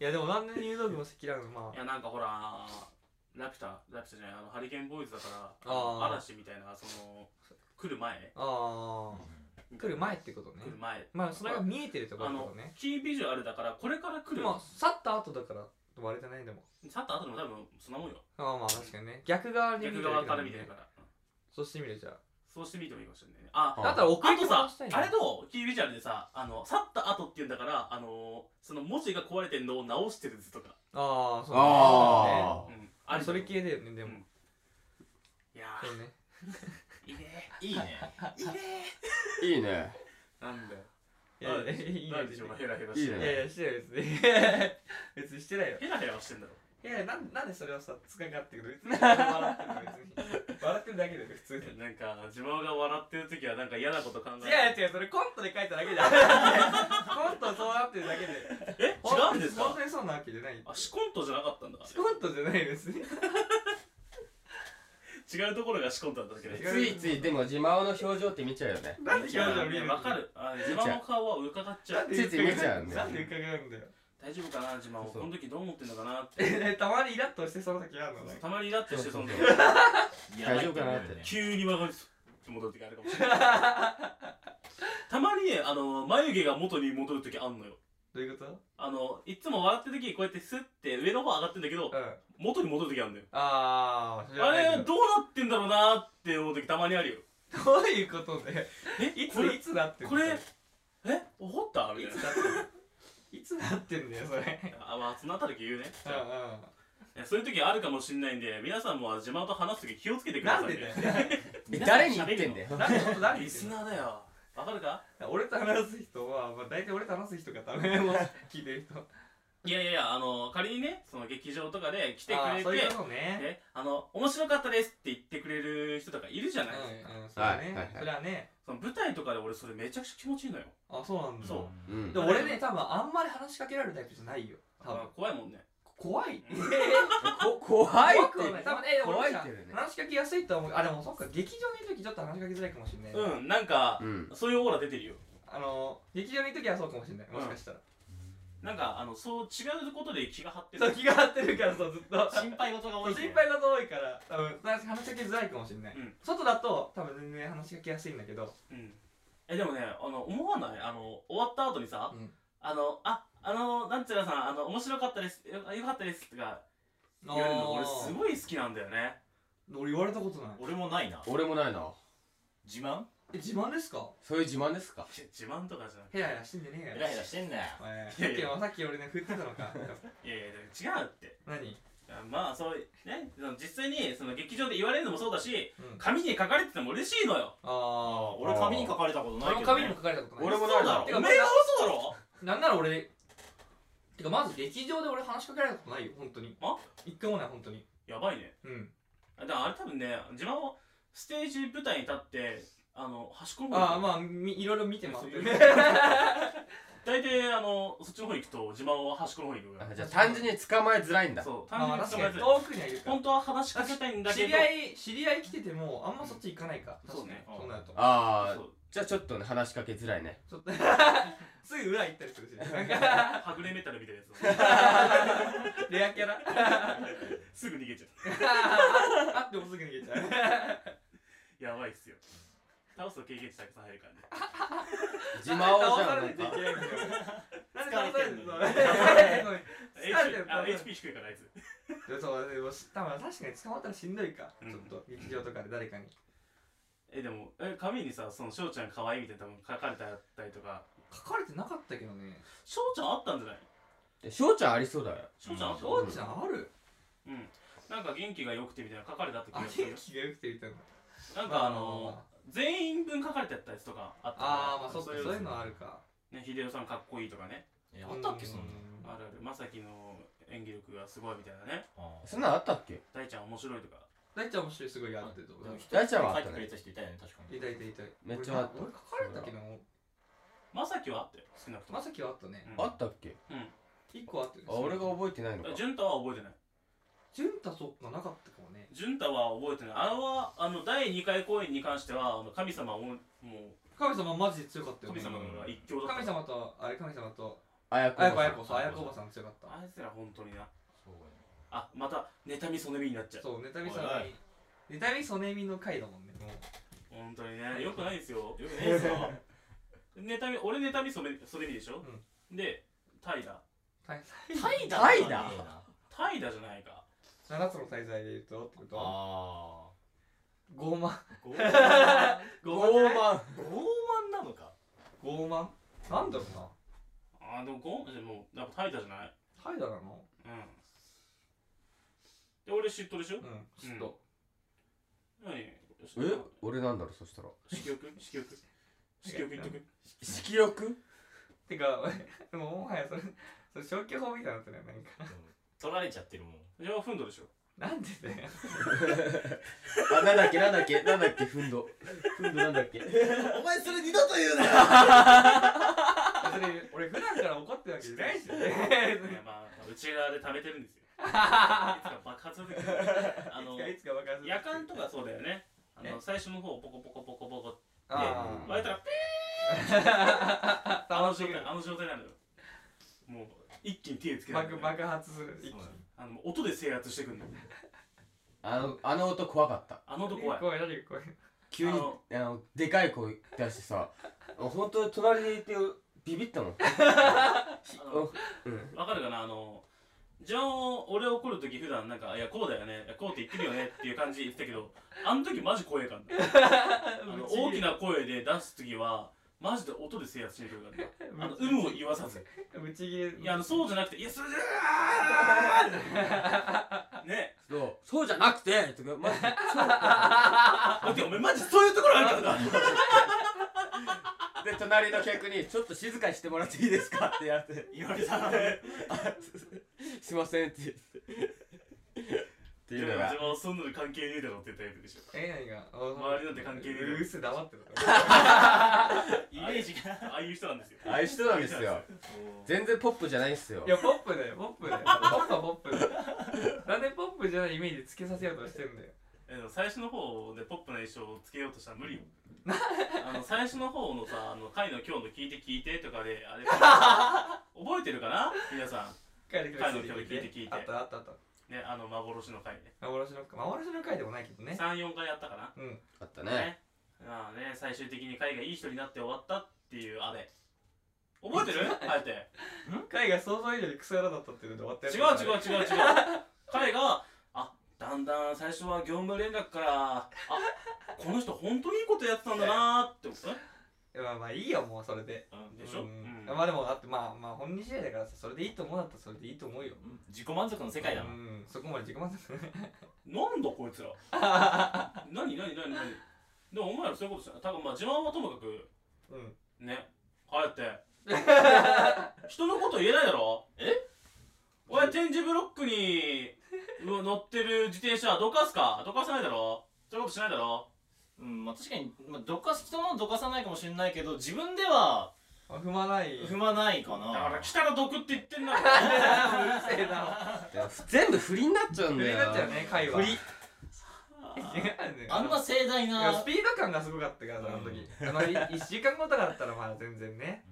Speaker 2: いやでもなんで入道雲積乱雲まあ
Speaker 1: やなんかほらラピュタラピュタじゃないあのハリケーンボーイズだから
Speaker 2: あー
Speaker 1: 嵐みたいなその来る前
Speaker 2: ああ来る前ってことね
Speaker 1: 来る前
Speaker 2: まあそれが見えてるとこ
Speaker 1: あ
Speaker 2: ろだ
Speaker 1: の
Speaker 2: とね
Speaker 1: キービジュアルだからこれから来る
Speaker 2: まあ去った後だから割れてないでも
Speaker 1: 去った後でも多分そんなもんよ
Speaker 2: ああまあ確かにね逆側に見て
Speaker 1: 逆
Speaker 2: る
Speaker 1: 側から見てる
Speaker 2: ね
Speaker 1: から
Speaker 2: そうしてみるじゃあ
Speaker 1: そうしてみてもいいかもしれないねあ
Speaker 4: あ
Speaker 2: だったら送
Speaker 1: あ
Speaker 2: り
Speaker 1: と
Speaker 2: 物
Speaker 1: さ
Speaker 2: したい、な
Speaker 1: あれとキービジュアルでさ、あの、去った後っていうんだから、あのー、その文字が壊れてんのを直してる図とか。
Speaker 2: ああそう
Speaker 4: あ
Speaker 1: う
Speaker 4: ー
Speaker 1: ん。
Speaker 2: あ
Speaker 1: る
Speaker 2: それ系だよねでも、
Speaker 1: うんいや
Speaker 2: そうね
Speaker 1: ー、いいね。
Speaker 3: いいね
Speaker 1: いいね。
Speaker 4: いいね
Speaker 1: なんだよ。
Speaker 2: いやいや
Speaker 1: あ
Speaker 2: いい
Speaker 1: なん
Speaker 2: ね
Speaker 1: で
Speaker 2: 別
Speaker 1: し
Speaker 2: に
Speaker 1: ょうヘラヘラして
Speaker 4: い
Speaker 2: い
Speaker 4: い
Speaker 1: る。
Speaker 4: ね
Speaker 2: やいやしてない別に 別にしてないよ
Speaker 1: ヘラヘラはしてんだろ。
Speaker 2: いやなんなんでそれをさつかがってくる別に笑ってる別に笑ってるだけだよね普通に
Speaker 1: なんか自分が笑ってる時はなんか嫌なこと考えて
Speaker 2: 違う違うそれコントで書いただけじ ゃんコントそうなってるだけで
Speaker 1: え違うんです
Speaker 2: 本
Speaker 1: か
Speaker 2: 当にそうなわけじゃない
Speaker 1: あシコントじゃなかったんだ
Speaker 2: コントじゃない ですね
Speaker 1: 違うところがシコントだっただけで
Speaker 2: 違う
Speaker 4: ついついでも自慢の表情って見ちゃうよね
Speaker 2: なんで表情見るの
Speaker 1: わかるあ自慢の顔は伺っちゃ
Speaker 2: なん
Speaker 1: う
Speaker 2: で
Speaker 4: ついつい見ちゃうんだよ
Speaker 2: なんで伺うん だよ
Speaker 1: 大丈夫かな自慢を
Speaker 4: そう
Speaker 1: この時どう思ってんのかなって
Speaker 2: えたまにイラッとしてその時あるの ね
Speaker 1: たまにイラッとしてその時
Speaker 4: そうそう
Speaker 3: やばい
Speaker 4: 大丈夫かなって
Speaker 3: 思うよね
Speaker 1: 急に曲がりそう戻ってかれるかもしれないたまにねあの眉毛が元に戻る時あんのよ
Speaker 2: どういうこと
Speaker 1: あのいつも笑ってる時にこうやってスッて上の方上がってんだけど
Speaker 2: うん
Speaker 1: 元に戻る時あるんだよ
Speaker 2: あー知ら
Speaker 1: あ
Speaker 2: ないけ
Speaker 1: れ
Speaker 2: ど
Speaker 1: どうなってんだろうなーって思う時たまにあるよ
Speaker 2: どういうことで
Speaker 1: え
Speaker 2: い
Speaker 1: こ
Speaker 2: つ
Speaker 1: れ
Speaker 2: いつなってんの
Speaker 1: これえ怒ったみ
Speaker 2: い
Speaker 1: たい
Speaker 2: つなってんのいつなってんだよそれ
Speaker 1: なあまあそのあたり言うね
Speaker 2: うんうん
Speaker 1: いやそういう時あるかもしんないんで皆さんも自慢と話す時気をつけてくだ
Speaker 2: な
Speaker 1: さ
Speaker 2: ん
Speaker 1: い
Speaker 2: で
Speaker 1: ね
Speaker 2: だよ。
Speaker 4: え誰に言ってんだよ
Speaker 2: なんで本当誰
Speaker 1: リ
Speaker 2: に
Speaker 1: スナーだよわかるか
Speaker 2: 俺と話す人は、まあ、大体俺と話す人がダメもう聞いてる人。
Speaker 1: いやいやいやあの仮にねその劇場とかで来てくれ
Speaker 2: あー
Speaker 1: て
Speaker 2: そういうことね。
Speaker 1: ね、あの面白かったですって言ってくれる人とかいるじゃ
Speaker 2: うん
Speaker 1: ない、
Speaker 2: うん、そうだね、
Speaker 4: はいはいはい
Speaker 2: それはね。
Speaker 1: その舞台とかで俺それめちゃくちゃ気持ちいいのよ
Speaker 2: あ、そうなんだ。
Speaker 1: そう
Speaker 2: で
Speaker 4: ん
Speaker 2: も俺ね、多分あんまり話しかけられるタイプじゃないよ。多分
Speaker 1: あ怖いもんね
Speaker 2: 怖い。
Speaker 1: うん
Speaker 4: こ怖いっ
Speaker 2: 怖
Speaker 4: て
Speaker 2: くはない。多分ね、
Speaker 4: 怖
Speaker 2: 俺
Speaker 4: いっ
Speaker 2: が
Speaker 4: てるね
Speaker 2: 話しかけやすいとは思う。あ、でもそっか、劇場にいる時ちょっと話しかけづらいかもしれない。
Speaker 1: うんなんか、
Speaker 4: うん
Speaker 1: そういうオーラ出てるよ
Speaker 2: あの、劇場にいる時はそうかもしれない。もしかしたら。
Speaker 1: なんかあのそう違うことで気が張って
Speaker 2: そう、
Speaker 1: る
Speaker 2: 気が張ってるから、そう、ずっと。
Speaker 3: 心配事が多いね
Speaker 2: 心配事多いから、多分話しかけづらいかもしれない。
Speaker 1: うん
Speaker 2: 外だと、多分全然話しかけやすいんだけど。
Speaker 1: うんえでもねあの思わないあの終わった後にさ、
Speaker 2: うん
Speaker 1: あのああのなんちゃらさんあの面白かったですよよかったですとか
Speaker 2: あ
Speaker 1: 言われるの俺す
Speaker 2: ー
Speaker 1: ごい好きなんだよね
Speaker 2: 俺言われたことない
Speaker 3: 俺もないな
Speaker 4: 俺もないな
Speaker 3: 自慢
Speaker 2: え自慢ですか
Speaker 4: そういう自慢ですか
Speaker 1: いや自慢とかじゃなく
Speaker 2: ヘラヘラしてんじゃね
Speaker 3: ヘ
Speaker 2: えよ
Speaker 3: ラヘラしてんだよ
Speaker 2: お前
Speaker 1: いやいや
Speaker 2: さっきのさっき俺ね振ってたのか
Speaker 1: ていやいや違うって
Speaker 2: 何
Speaker 1: あまあそうねその実際にその劇場で言われるのもそうだし
Speaker 2: うん
Speaker 1: 紙に書かれてても嬉しいのよ
Speaker 2: あ
Speaker 3: 俺紙に書かれたこと
Speaker 2: ー
Speaker 3: ない
Speaker 2: 俺の
Speaker 3: けど
Speaker 2: 紙に
Speaker 3: ね
Speaker 2: も書かれたことない
Speaker 4: 俺も
Speaker 1: そ
Speaker 4: な
Speaker 1: うだろ
Speaker 2: て
Speaker 4: いな
Speaker 1: お
Speaker 2: か
Speaker 1: めえが嘘だろ
Speaker 2: なんなら俺てかまず劇場で俺話しかけられたことないよ本当に
Speaker 1: あ
Speaker 2: 一回もない本当に
Speaker 1: やばいね
Speaker 2: うん
Speaker 1: あだからあれ多分ね自慢をステージ舞台に立ってあの端っこの方に
Speaker 2: ああまあみいろいろ見てます
Speaker 1: そういう 大体あのそっちの方行くと自慢は端っこの方に行くか
Speaker 4: あじゃあ単純に捕まえづらいん
Speaker 1: ら
Speaker 4: だ
Speaker 1: そう単
Speaker 2: あ
Speaker 1: 純
Speaker 2: ー
Speaker 1: に
Speaker 2: 確
Speaker 1: 捕
Speaker 2: か
Speaker 1: ま
Speaker 2: に
Speaker 1: えて
Speaker 2: 遠くにはいるから
Speaker 1: 本当は話しかけたいんだけ
Speaker 2: 知
Speaker 1: ど
Speaker 2: り合い知り合い来ててもあんまそっち行かないか
Speaker 1: そうね
Speaker 2: 確かにそうなると
Speaker 4: ああ
Speaker 1: そう
Speaker 4: じゃあちょっとね話しかけづらい ね
Speaker 2: ちょっとすぐ裏行ったりするしなんか
Speaker 1: はぐれメタルみたいなや
Speaker 2: レアキャラ
Speaker 1: つすぐ逃げちゃ
Speaker 2: あってもすぐ逃げちゃう
Speaker 1: うやばいっすよ倒すと経験値たくさん入るからね
Speaker 4: 自慢をじゃあ
Speaker 2: 倒さ
Speaker 4: な
Speaker 2: れ
Speaker 4: ん
Speaker 2: てい
Speaker 4: か
Speaker 2: けないんだよなんで
Speaker 3: 疲
Speaker 2: 倒
Speaker 3: れ
Speaker 2: され
Speaker 3: て
Speaker 2: て
Speaker 3: ん
Speaker 2: ん
Speaker 3: の
Speaker 2: の
Speaker 3: に
Speaker 2: 疲れてる
Speaker 1: HP, あ HP 低いからあいつ
Speaker 2: そうでも多分確かに捕まったらしんどいか、
Speaker 1: うん
Speaker 2: ちょっと劇場とかで誰かに
Speaker 1: えでもえ紙にさその翔ちゃん可愛いみたいな多分書かれてあったりとか
Speaker 2: 書かれてなかったけどね
Speaker 1: 翔ちゃんあったんじゃない
Speaker 4: え翔ちゃんありそうだよ
Speaker 1: 翔ちゃんあった
Speaker 2: 父ちゃんある、
Speaker 1: うん、なんか元気が良くてみたいな書かれてあった気
Speaker 2: あ
Speaker 1: がする
Speaker 2: 元気が良くてみたいな
Speaker 1: なんかあ
Speaker 2: まあまあ
Speaker 1: の
Speaker 2: まあ
Speaker 1: 全員分書かれてあったやつとかあったから
Speaker 2: ああまあそうそういうのはあるか
Speaker 1: ね、秀夫さんかっこいいとかね、
Speaker 3: えあったっけそんな
Speaker 1: あるある、まさきの演技力がすごいみたいなね、
Speaker 3: あー
Speaker 4: そんなのあったっけ
Speaker 1: 大ちゃん面白いとか、
Speaker 2: 大ちゃん面白いすごいやってると思
Speaker 3: でも
Speaker 2: う
Speaker 3: 一人
Speaker 4: 大ちゃんはあ
Speaker 3: 書
Speaker 4: っ
Speaker 3: いてくれ
Speaker 4: たね
Speaker 3: た人いたよね確かに
Speaker 2: いたいたいた
Speaker 4: めっちゃあった
Speaker 2: 俺書かれたけど
Speaker 1: まさきはあったよ、少なくとも。
Speaker 2: まさきはあったね
Speaker 1: うん
Speaker 4: あったっけ
Speaker 2: 一個あったよね
Speaker 4: あ俺が覚えてないのか
Speaker 1: あ潤太は覚えてない。
Speaker 2: 潤太そっかなかったかもね
Speaker 1: 潤太は覚えてない。あれは、あの、第2回公演に関しては、あの神様を、もう、
Speaker 2: 神様マジで強かったよ
Speaker 1: 神
Speaker 2: ね
Speaker 1: 様が一強だった。
Speaker 2: 神様とあれ神様と
Speaker 4: あやこ
Speaker 2: あやこあや
Speaker 4: さ
Speaker 2: こそうあやこおばさん強かった
Speaker 1: あいつら本当にな。
Speaker 3: そうだよね
Speaker 1: あ、また、妬み、そみになっちゃう。
Speaker 2: そう、妬みそ
Speaker 3: おい
Speaker 2: ねみ、妬みそねみの回だもんね。もう
Speaker 1: 本当にね、よくないですよ。
Speaker 3: よくねえぞ
Speaker 1: 妬み、俺妬み、そめ、そみでしょ、で、怠惰。
Speaker 2: 滞
Speaker 3: 怠
Speaker 4: だ怠惰
Speaker 1: 怠惰じゃないか。
Speaker 2: 在7つの滞在で言うと、ってことは
Speaker 3: あ
Speaker 2: 傲慢。
Speaker 1: 傲
Speaker 3: あ
Speaker 4: 傲慢
Speaker 3: 傲慢なのか
Speaker 2: 傲慢なんだろうな。
Speaker 1: あ、でも、ごめん、もう、なんか怠惰じゃない
Speaker 2: 怠惰なの
Speaker 1: うん。で、俺嫉妬でしょ
Speaker 2: うん、嫉妬。
Speaker 1: 何え
Speaker 4: え俺なんだろうそしたら
Speaker 1: 色欲色欲色欲言っとく
Speaker 4: 色欲
Speaker 2: てか、でももはやそれ、それ消去法みたいになってないなんか。
Speaker 3: うん取られちゃってるもん
Speaker 1: じゃあフンドでしょ
Speaker 2: なんでだよ
Speaker 4: あなんだっけなんだっけなんだっけフンドフンドなんだっけ
Speaker 3: お前それ二度と言うな
Speaker 2: それ俺普段から怒ってるわけじゃないしね
Speaker 1: いやまあ内側で貯めてるんですよいつか爆発する時にあの
Speaker 2: いつかいつか爆発する
Speaker 1: 夜間とかそうだよねあ
Speaker 2: え
Speaker 1: の最初の方ポコポコポコポコって
Speaker 2: あ
Speaker 4: ー
Speaker 1: 割れたらピ
Speaker 2: あ
Speaker 1: ッあの
Speaker 2: 楽し
Speaker 1: 状
Speaker 2: み
Speaker 1: 態あの状態なのよもう一気に手つけられる
Speaker 2: 爆爆発する
Speaker 1: あの音で制圧してくんの
Speaker 4: あのあの音怖かった
Speaker 1: あの音
Speaker 2: 怖
Speaker 1: 怖
Speaker 2: い
Speaker 1: い
Speaker 2: 怖い何怖い
Speaker 4: 急に
Speaker 1: あ
Speaker 4: あ
Speaker 1: の
Speaker 4: のでかい声出してさ本当隣でいてビビったもん
Speaker 1: あの
Speaker 4: うん
Speaker 1: わかるかなあのジョン俺怒るとき普段なんか「いやこうだよねいやこうって言ってるよね」っていう感じで言ってたけどあの時マジ声かんだあの大きな声で出す時はマジで音で制圧してくるからねあの有無を言わさず
Speaker 2: ぶち切れ
Speaker 1: いやあのそうじゃなくて「いやそれじゃあー!」ね
Speaker 4: そうそうじゃなくてとかマジで
Speaker 1: だってお前マジそういうところあるからだ
Speaker 4: で隣の客に「ちょっと静かにしてもらっていいですか?」ってやって
Speaker 1: 言われたね
Speaker 4: 「あすすいません」って言ってって
Speaker 1: 自
Speaker 4: いう
Speaker 1: 分
Speaker 4: のが
Speaker 1: はそんなの関係ねえだろってタイプでしょ
Speaker 2: え何が
Speaker 1: 周りなんて関係ねえよ
Speaker 2: うるせえ黙ってる
Speaker 3: イメージが
Speaker 1: ああいう人なんですよ
Speaker 4: ああいう人なんですよ全然ポップじゃないっすよ
Speaker 2: いやポップだよポップだよポップはポップだよなんでポップじゃないイメージつけさせようとしてんだよ
Speaker 1: えでも最初の方でポップな衣装をつけようとしたら無理 よあの最初の方のさ「あの回の今日の聞いて聞いて」とかで あれ覚えてるかな皆さ
Speaker 2: 帰ってくる
Speaker 1: 帰ってくる聞いて聞いて
Speaker 2: あったあったあった
Speaker 1: んねあの幻の回ね
Speaker 2: 幻の回幻の回でもないけどね
Speaker 1: 34回やったか
Speaker 2: うん
Speaker 4: あった
Speaker 1: な
Speaker 4: ね
Speaker 1: まあね最終的に回がいい人になって終わったっていうあれ覚えてるあえて
Speaker 2: 回が想像以上にクソ野郎だったっていうので終わっ
Speaker 1: 違
Speaker 2: たや
Speaker 1: う
Speaker 2: つ
Speaker 1: 違う違う違う彼があだんだん最初は業務連絡からあこの人本当にいいことやってたんだなーってことね、
Speaker 2: うまあまあいいよもうそれで
Speaker 1: うん、でしょ、
Speaker 2: う
Speaker 1: うんん
Speaker 2: まあでもだってまあまあ本人次第だからさそれでいいと思うんだったらそれでいいと思うよ
Speaker 3: 自己満足の世界だ
Speaker 2: う
Speaker 3: なん
Speaker 2: そこまで自己満足
Speaker 1: なんだこいつら何何何何でもお前らそういうことした多分まあ自慢はともかく
Speaker 2: うん
Speaker 1: ねああやって人のこと言えないだろえお前点字ブロックにう乗ってる自転車どかすかどかさないだろそういうことしないだろ
Speaker 3: うんまあ確かに、まあ、どかす人のどかさないかもしれないけど自分では
Speaker 2: あ踏まない
Speaker 3: 踏まないか
Speaker 1: だ
Speaker 3: な
Speaker 1: から来たら毒って言ってんだろ
Speaker 2: うるせえな
Speaker 4: でも全部振りになっちゃうん
Speaker 2: 振
Speaker 4: だ
Speaker 2: り
Speaker 4: よ
Speaker 2: になっちゃうね回は
Speaker 3: 振り
Speaker 2: 違うね
Speaker 3: あんない盛大
Speaker 2: や
Speaker 3: な
Speaker 2: スピード感がすごかったからさあの時あのい1週間後とかだったらまあ全然ね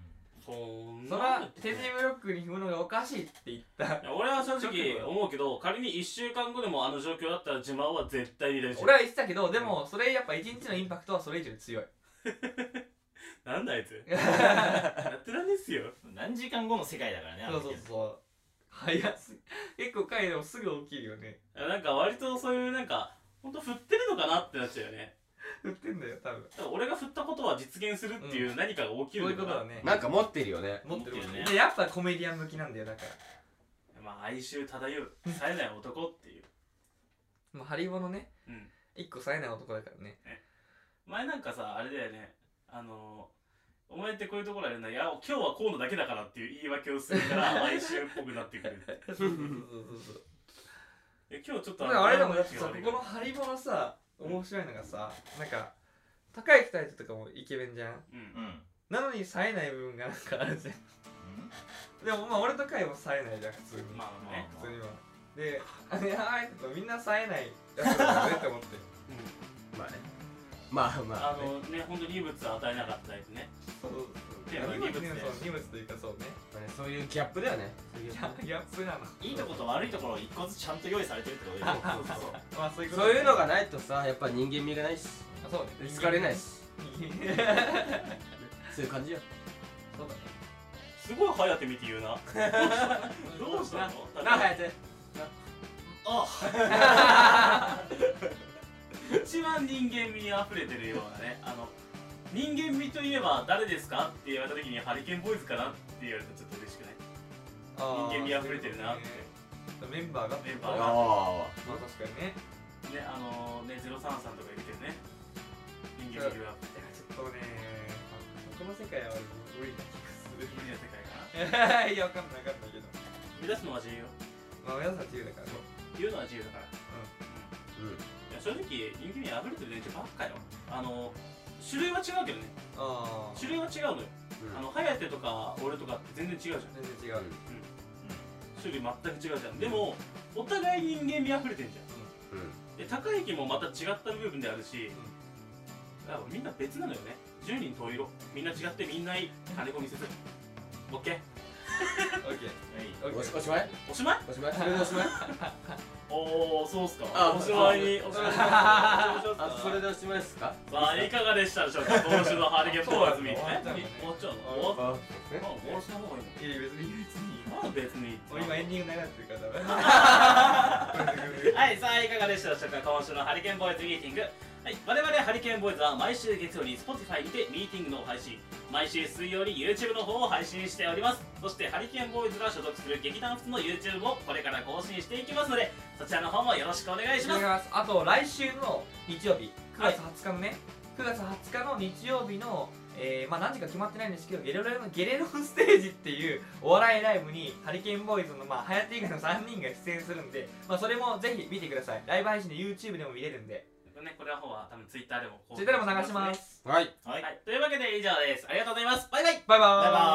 Speaker 1: そん
Speaker 2: そ
Speaker 1: な
Speaker 2: ら手順ブロックに踏むのがおかしいって言った
Speaker 1: いや俺は正直思うけど仮に1週間後でもあの状況だったら自慢は絶対に大 丈夫
Speaker 2: 俺は言ってたけどでもそれやっぱ1日のインパクトはそれ以上に強い
Speaker 1: なんだあいつ やってらんねえっすよ
Speaker 3: 何時間後の世界だからねあ
Speaker 2: そ
Speaker 3: の
Speaker 2: う
Speaker 3: 時
Speaker 2: そうそう早す結構回でもすぐ起きるよね
Speaker 1: いやなんか割とそういうなんかほんと振ってるのかなってなっちゃうよね
Speaker 2: 振ってんだよ多分
Speaker 1: だから俺が振ったことは実現するっていう何かが起き
Speaker 2: そうい
Speaker 1: る
Speaker 2: うこ
Speaker 1: のか
Speaker 2: と
Speaker 1: な、
Speaker 2: だね
Speaker 4: なんか持ってるよね
Speaker 2: 持ってる
Speaker 1: 持ってるね
Speaker 2: でやっぱコメディアン向きなんだよだから
Speaker 1: まあ哀愁漂う冴えない男っていう
Speaker 2: もうハリボのね
Speaker 1: うん
Speaker 2: 一個冴えない男だからね
Speaker 1: 前なんかさあれだよねあのー、お前ってこういうところあるんだいや今日はこうのだけだからっていう言い訳をするから哀愁っぽくなってくる って
Speaker 2: そうそうそうそう
Speaker 1: いや今日ちょっと
Speaker 2: だからあれだもんだってさこ
Speaker 1: 悪いから
Speaker 2: このハリボのさ面白いのがさなんか高い二人とかもイケメンじゃん
Speaker 1: うん
Speaker 3: うん
Speaker 2: なのに冴えない部分がなんかあるじゃんでもまあ俺とカイも冴えないじゃん普通に
Speaker 1: まあね
Speaker 2: 普通にはであれあえてとみんな冴えないやつだよねって思って
Speaker 4: まあねまあま
Speaker 1: あ
Speaker 4: あ、ね、
Speaker 1: のね、本当に異物を与えなかったやつね。
Speaker 2: そう
Speaker 1: いや
Speaker 2: 荷物
Speaker 1: 荷物
Speaker 2: ね
Speaker 1: ね
Speaker 2: そう荷物というかそうね
Speaker 4: まあねそういうギャップだよね
Speaker 2: ギャギャップなの
Speaker 3: いいとこと悪いところを一個ずつちゃんと用意されてるって ことで
Speaker 2: まあそういうこと
Speaker 4: そういうのが
Speaker 2: ね
Speaker 4: ないとさやっぱ人間味がないし
Speaker 2: あそうね
Speaker 4: 疲れないし
Speaker 2: 人間
Speaker 4: そういう感じよ
Speaker 2: そうだね
Speaker 1: すごい早く見て言うな。 どうしたの
Speaker 4: なあて
Speaker 3: あ
Speaker 1: 一番人間味あふれてるようなね、あの、人間味といえば誰ですかって言われた時にハリケーンボーイズかなって言われたらちょっと嬉しくない
Speaker 2: あー
Speaker 1: 人間味あふれてるなって
Speaker 2: そういうことねメンバーが
Speaker 1: メン
Speaker 4: あ
Speaker 1: バーが
Speaker 4: あ
Speaker 2: まあ確かにね
Speaker 1: ね、あのね、03さんとかいるけどね。人間味は、
Speaker 2: いやちょっとねこの世界は無理な
Speaker 1: 無理
Speaker 2: 気
Speaker 1: な世界かな。
Speaker 2: がするいやわかんないわかんないけど
Speaker 1: 目指すのは自由よ。
Speaker 2: まあ皆さん自由だからね
Speaker 1: っていうのは自由だから
Speaker 4: うん
Speaker 1: いや正直人気に溢れてる連中ばっかよあの種類は違うけどね
Speaker 2: ああ
Speaker 1: 種類は違うのよ、
Speaker 4: うん
Speaker 1: あの颯とか俺とかって全然違うじゃん種
Speaker 2: 全然違う、
Speaker 1: 類全く違うじゃんでもお互い人間味溢れてんじ
Speaker 4: うん
Speaker 1: ゃんで高い木もまた違った部分であるし、やっぱみんな別なのよね10人十色みんな違ってみんないい金込みせず OK
Speaker 2: オッケーオッ
Speaker 4: うん
Speaker 2: ケ
Speaker 4: おしお
Speaker 2: ー
Speaker 4: しまい
Speaker 1: おしまい
Speaker 4: おしまいそれでおしまい
Speaker 1: おおそうっすか
Speaker 4: あ
Speaker 1: おしまいにおしまいにお
Speaker 4: あ
Speaker 1: しまいに
Speaker 4: あそれでおしまいですか
Speaker 1: さあいかがでしたでしょうか今週のハリケーン ポーズミえ
Speaker 2: 終わったのね
Speaker 1: 終わっちゃうの
Speaker 4: あ
Speaker 1: 終わった
Speaker 4: あえ
Speaker 1: まあ終わらせた方がいいの
Speaker 2: いや別に
Speaker 1: まあ別に
Speaker 2: もう今エンディング流れてるからダメ
Speaker 1: はい、さあいかがでしたでしょうか今週のハリケーンボーイズミーティング、はい、我々ハリケーンボーイズは毎週月曜に Spotify にてミーティングの配信毎週水曜に YouTube の方を配信しておりますそしてハリケーンボーイズが所属する劇団普通の YouTube もこれから更新していきますのでそちらの方もよろしくお願いします
Speaker 2: あと来週の日曜日9
Speaker 1: はい
Speaker 2: 月20日のね、9月20日の日曜日の、えーまあ、何時か決まってないんですけどゲレロのゲレロンステージっていうお笑いライブにハリケーンボーイズの、まあ、流行って以外の3人が出演するんで、まあ、それもぜひ見てくださいライブ配信で YouTube でも見れるんで
Speaker 1: ね、これは方は多分 Twitter でも、
Speaker 2: Twitter でも流しますす
Speaker 4: はい
Speaker 3: はい
Speaker 1: はい、というわけで以上ですありがとうございますバイバイ
Speaker 2: バイバーイ
Speaker 3: バイバーイ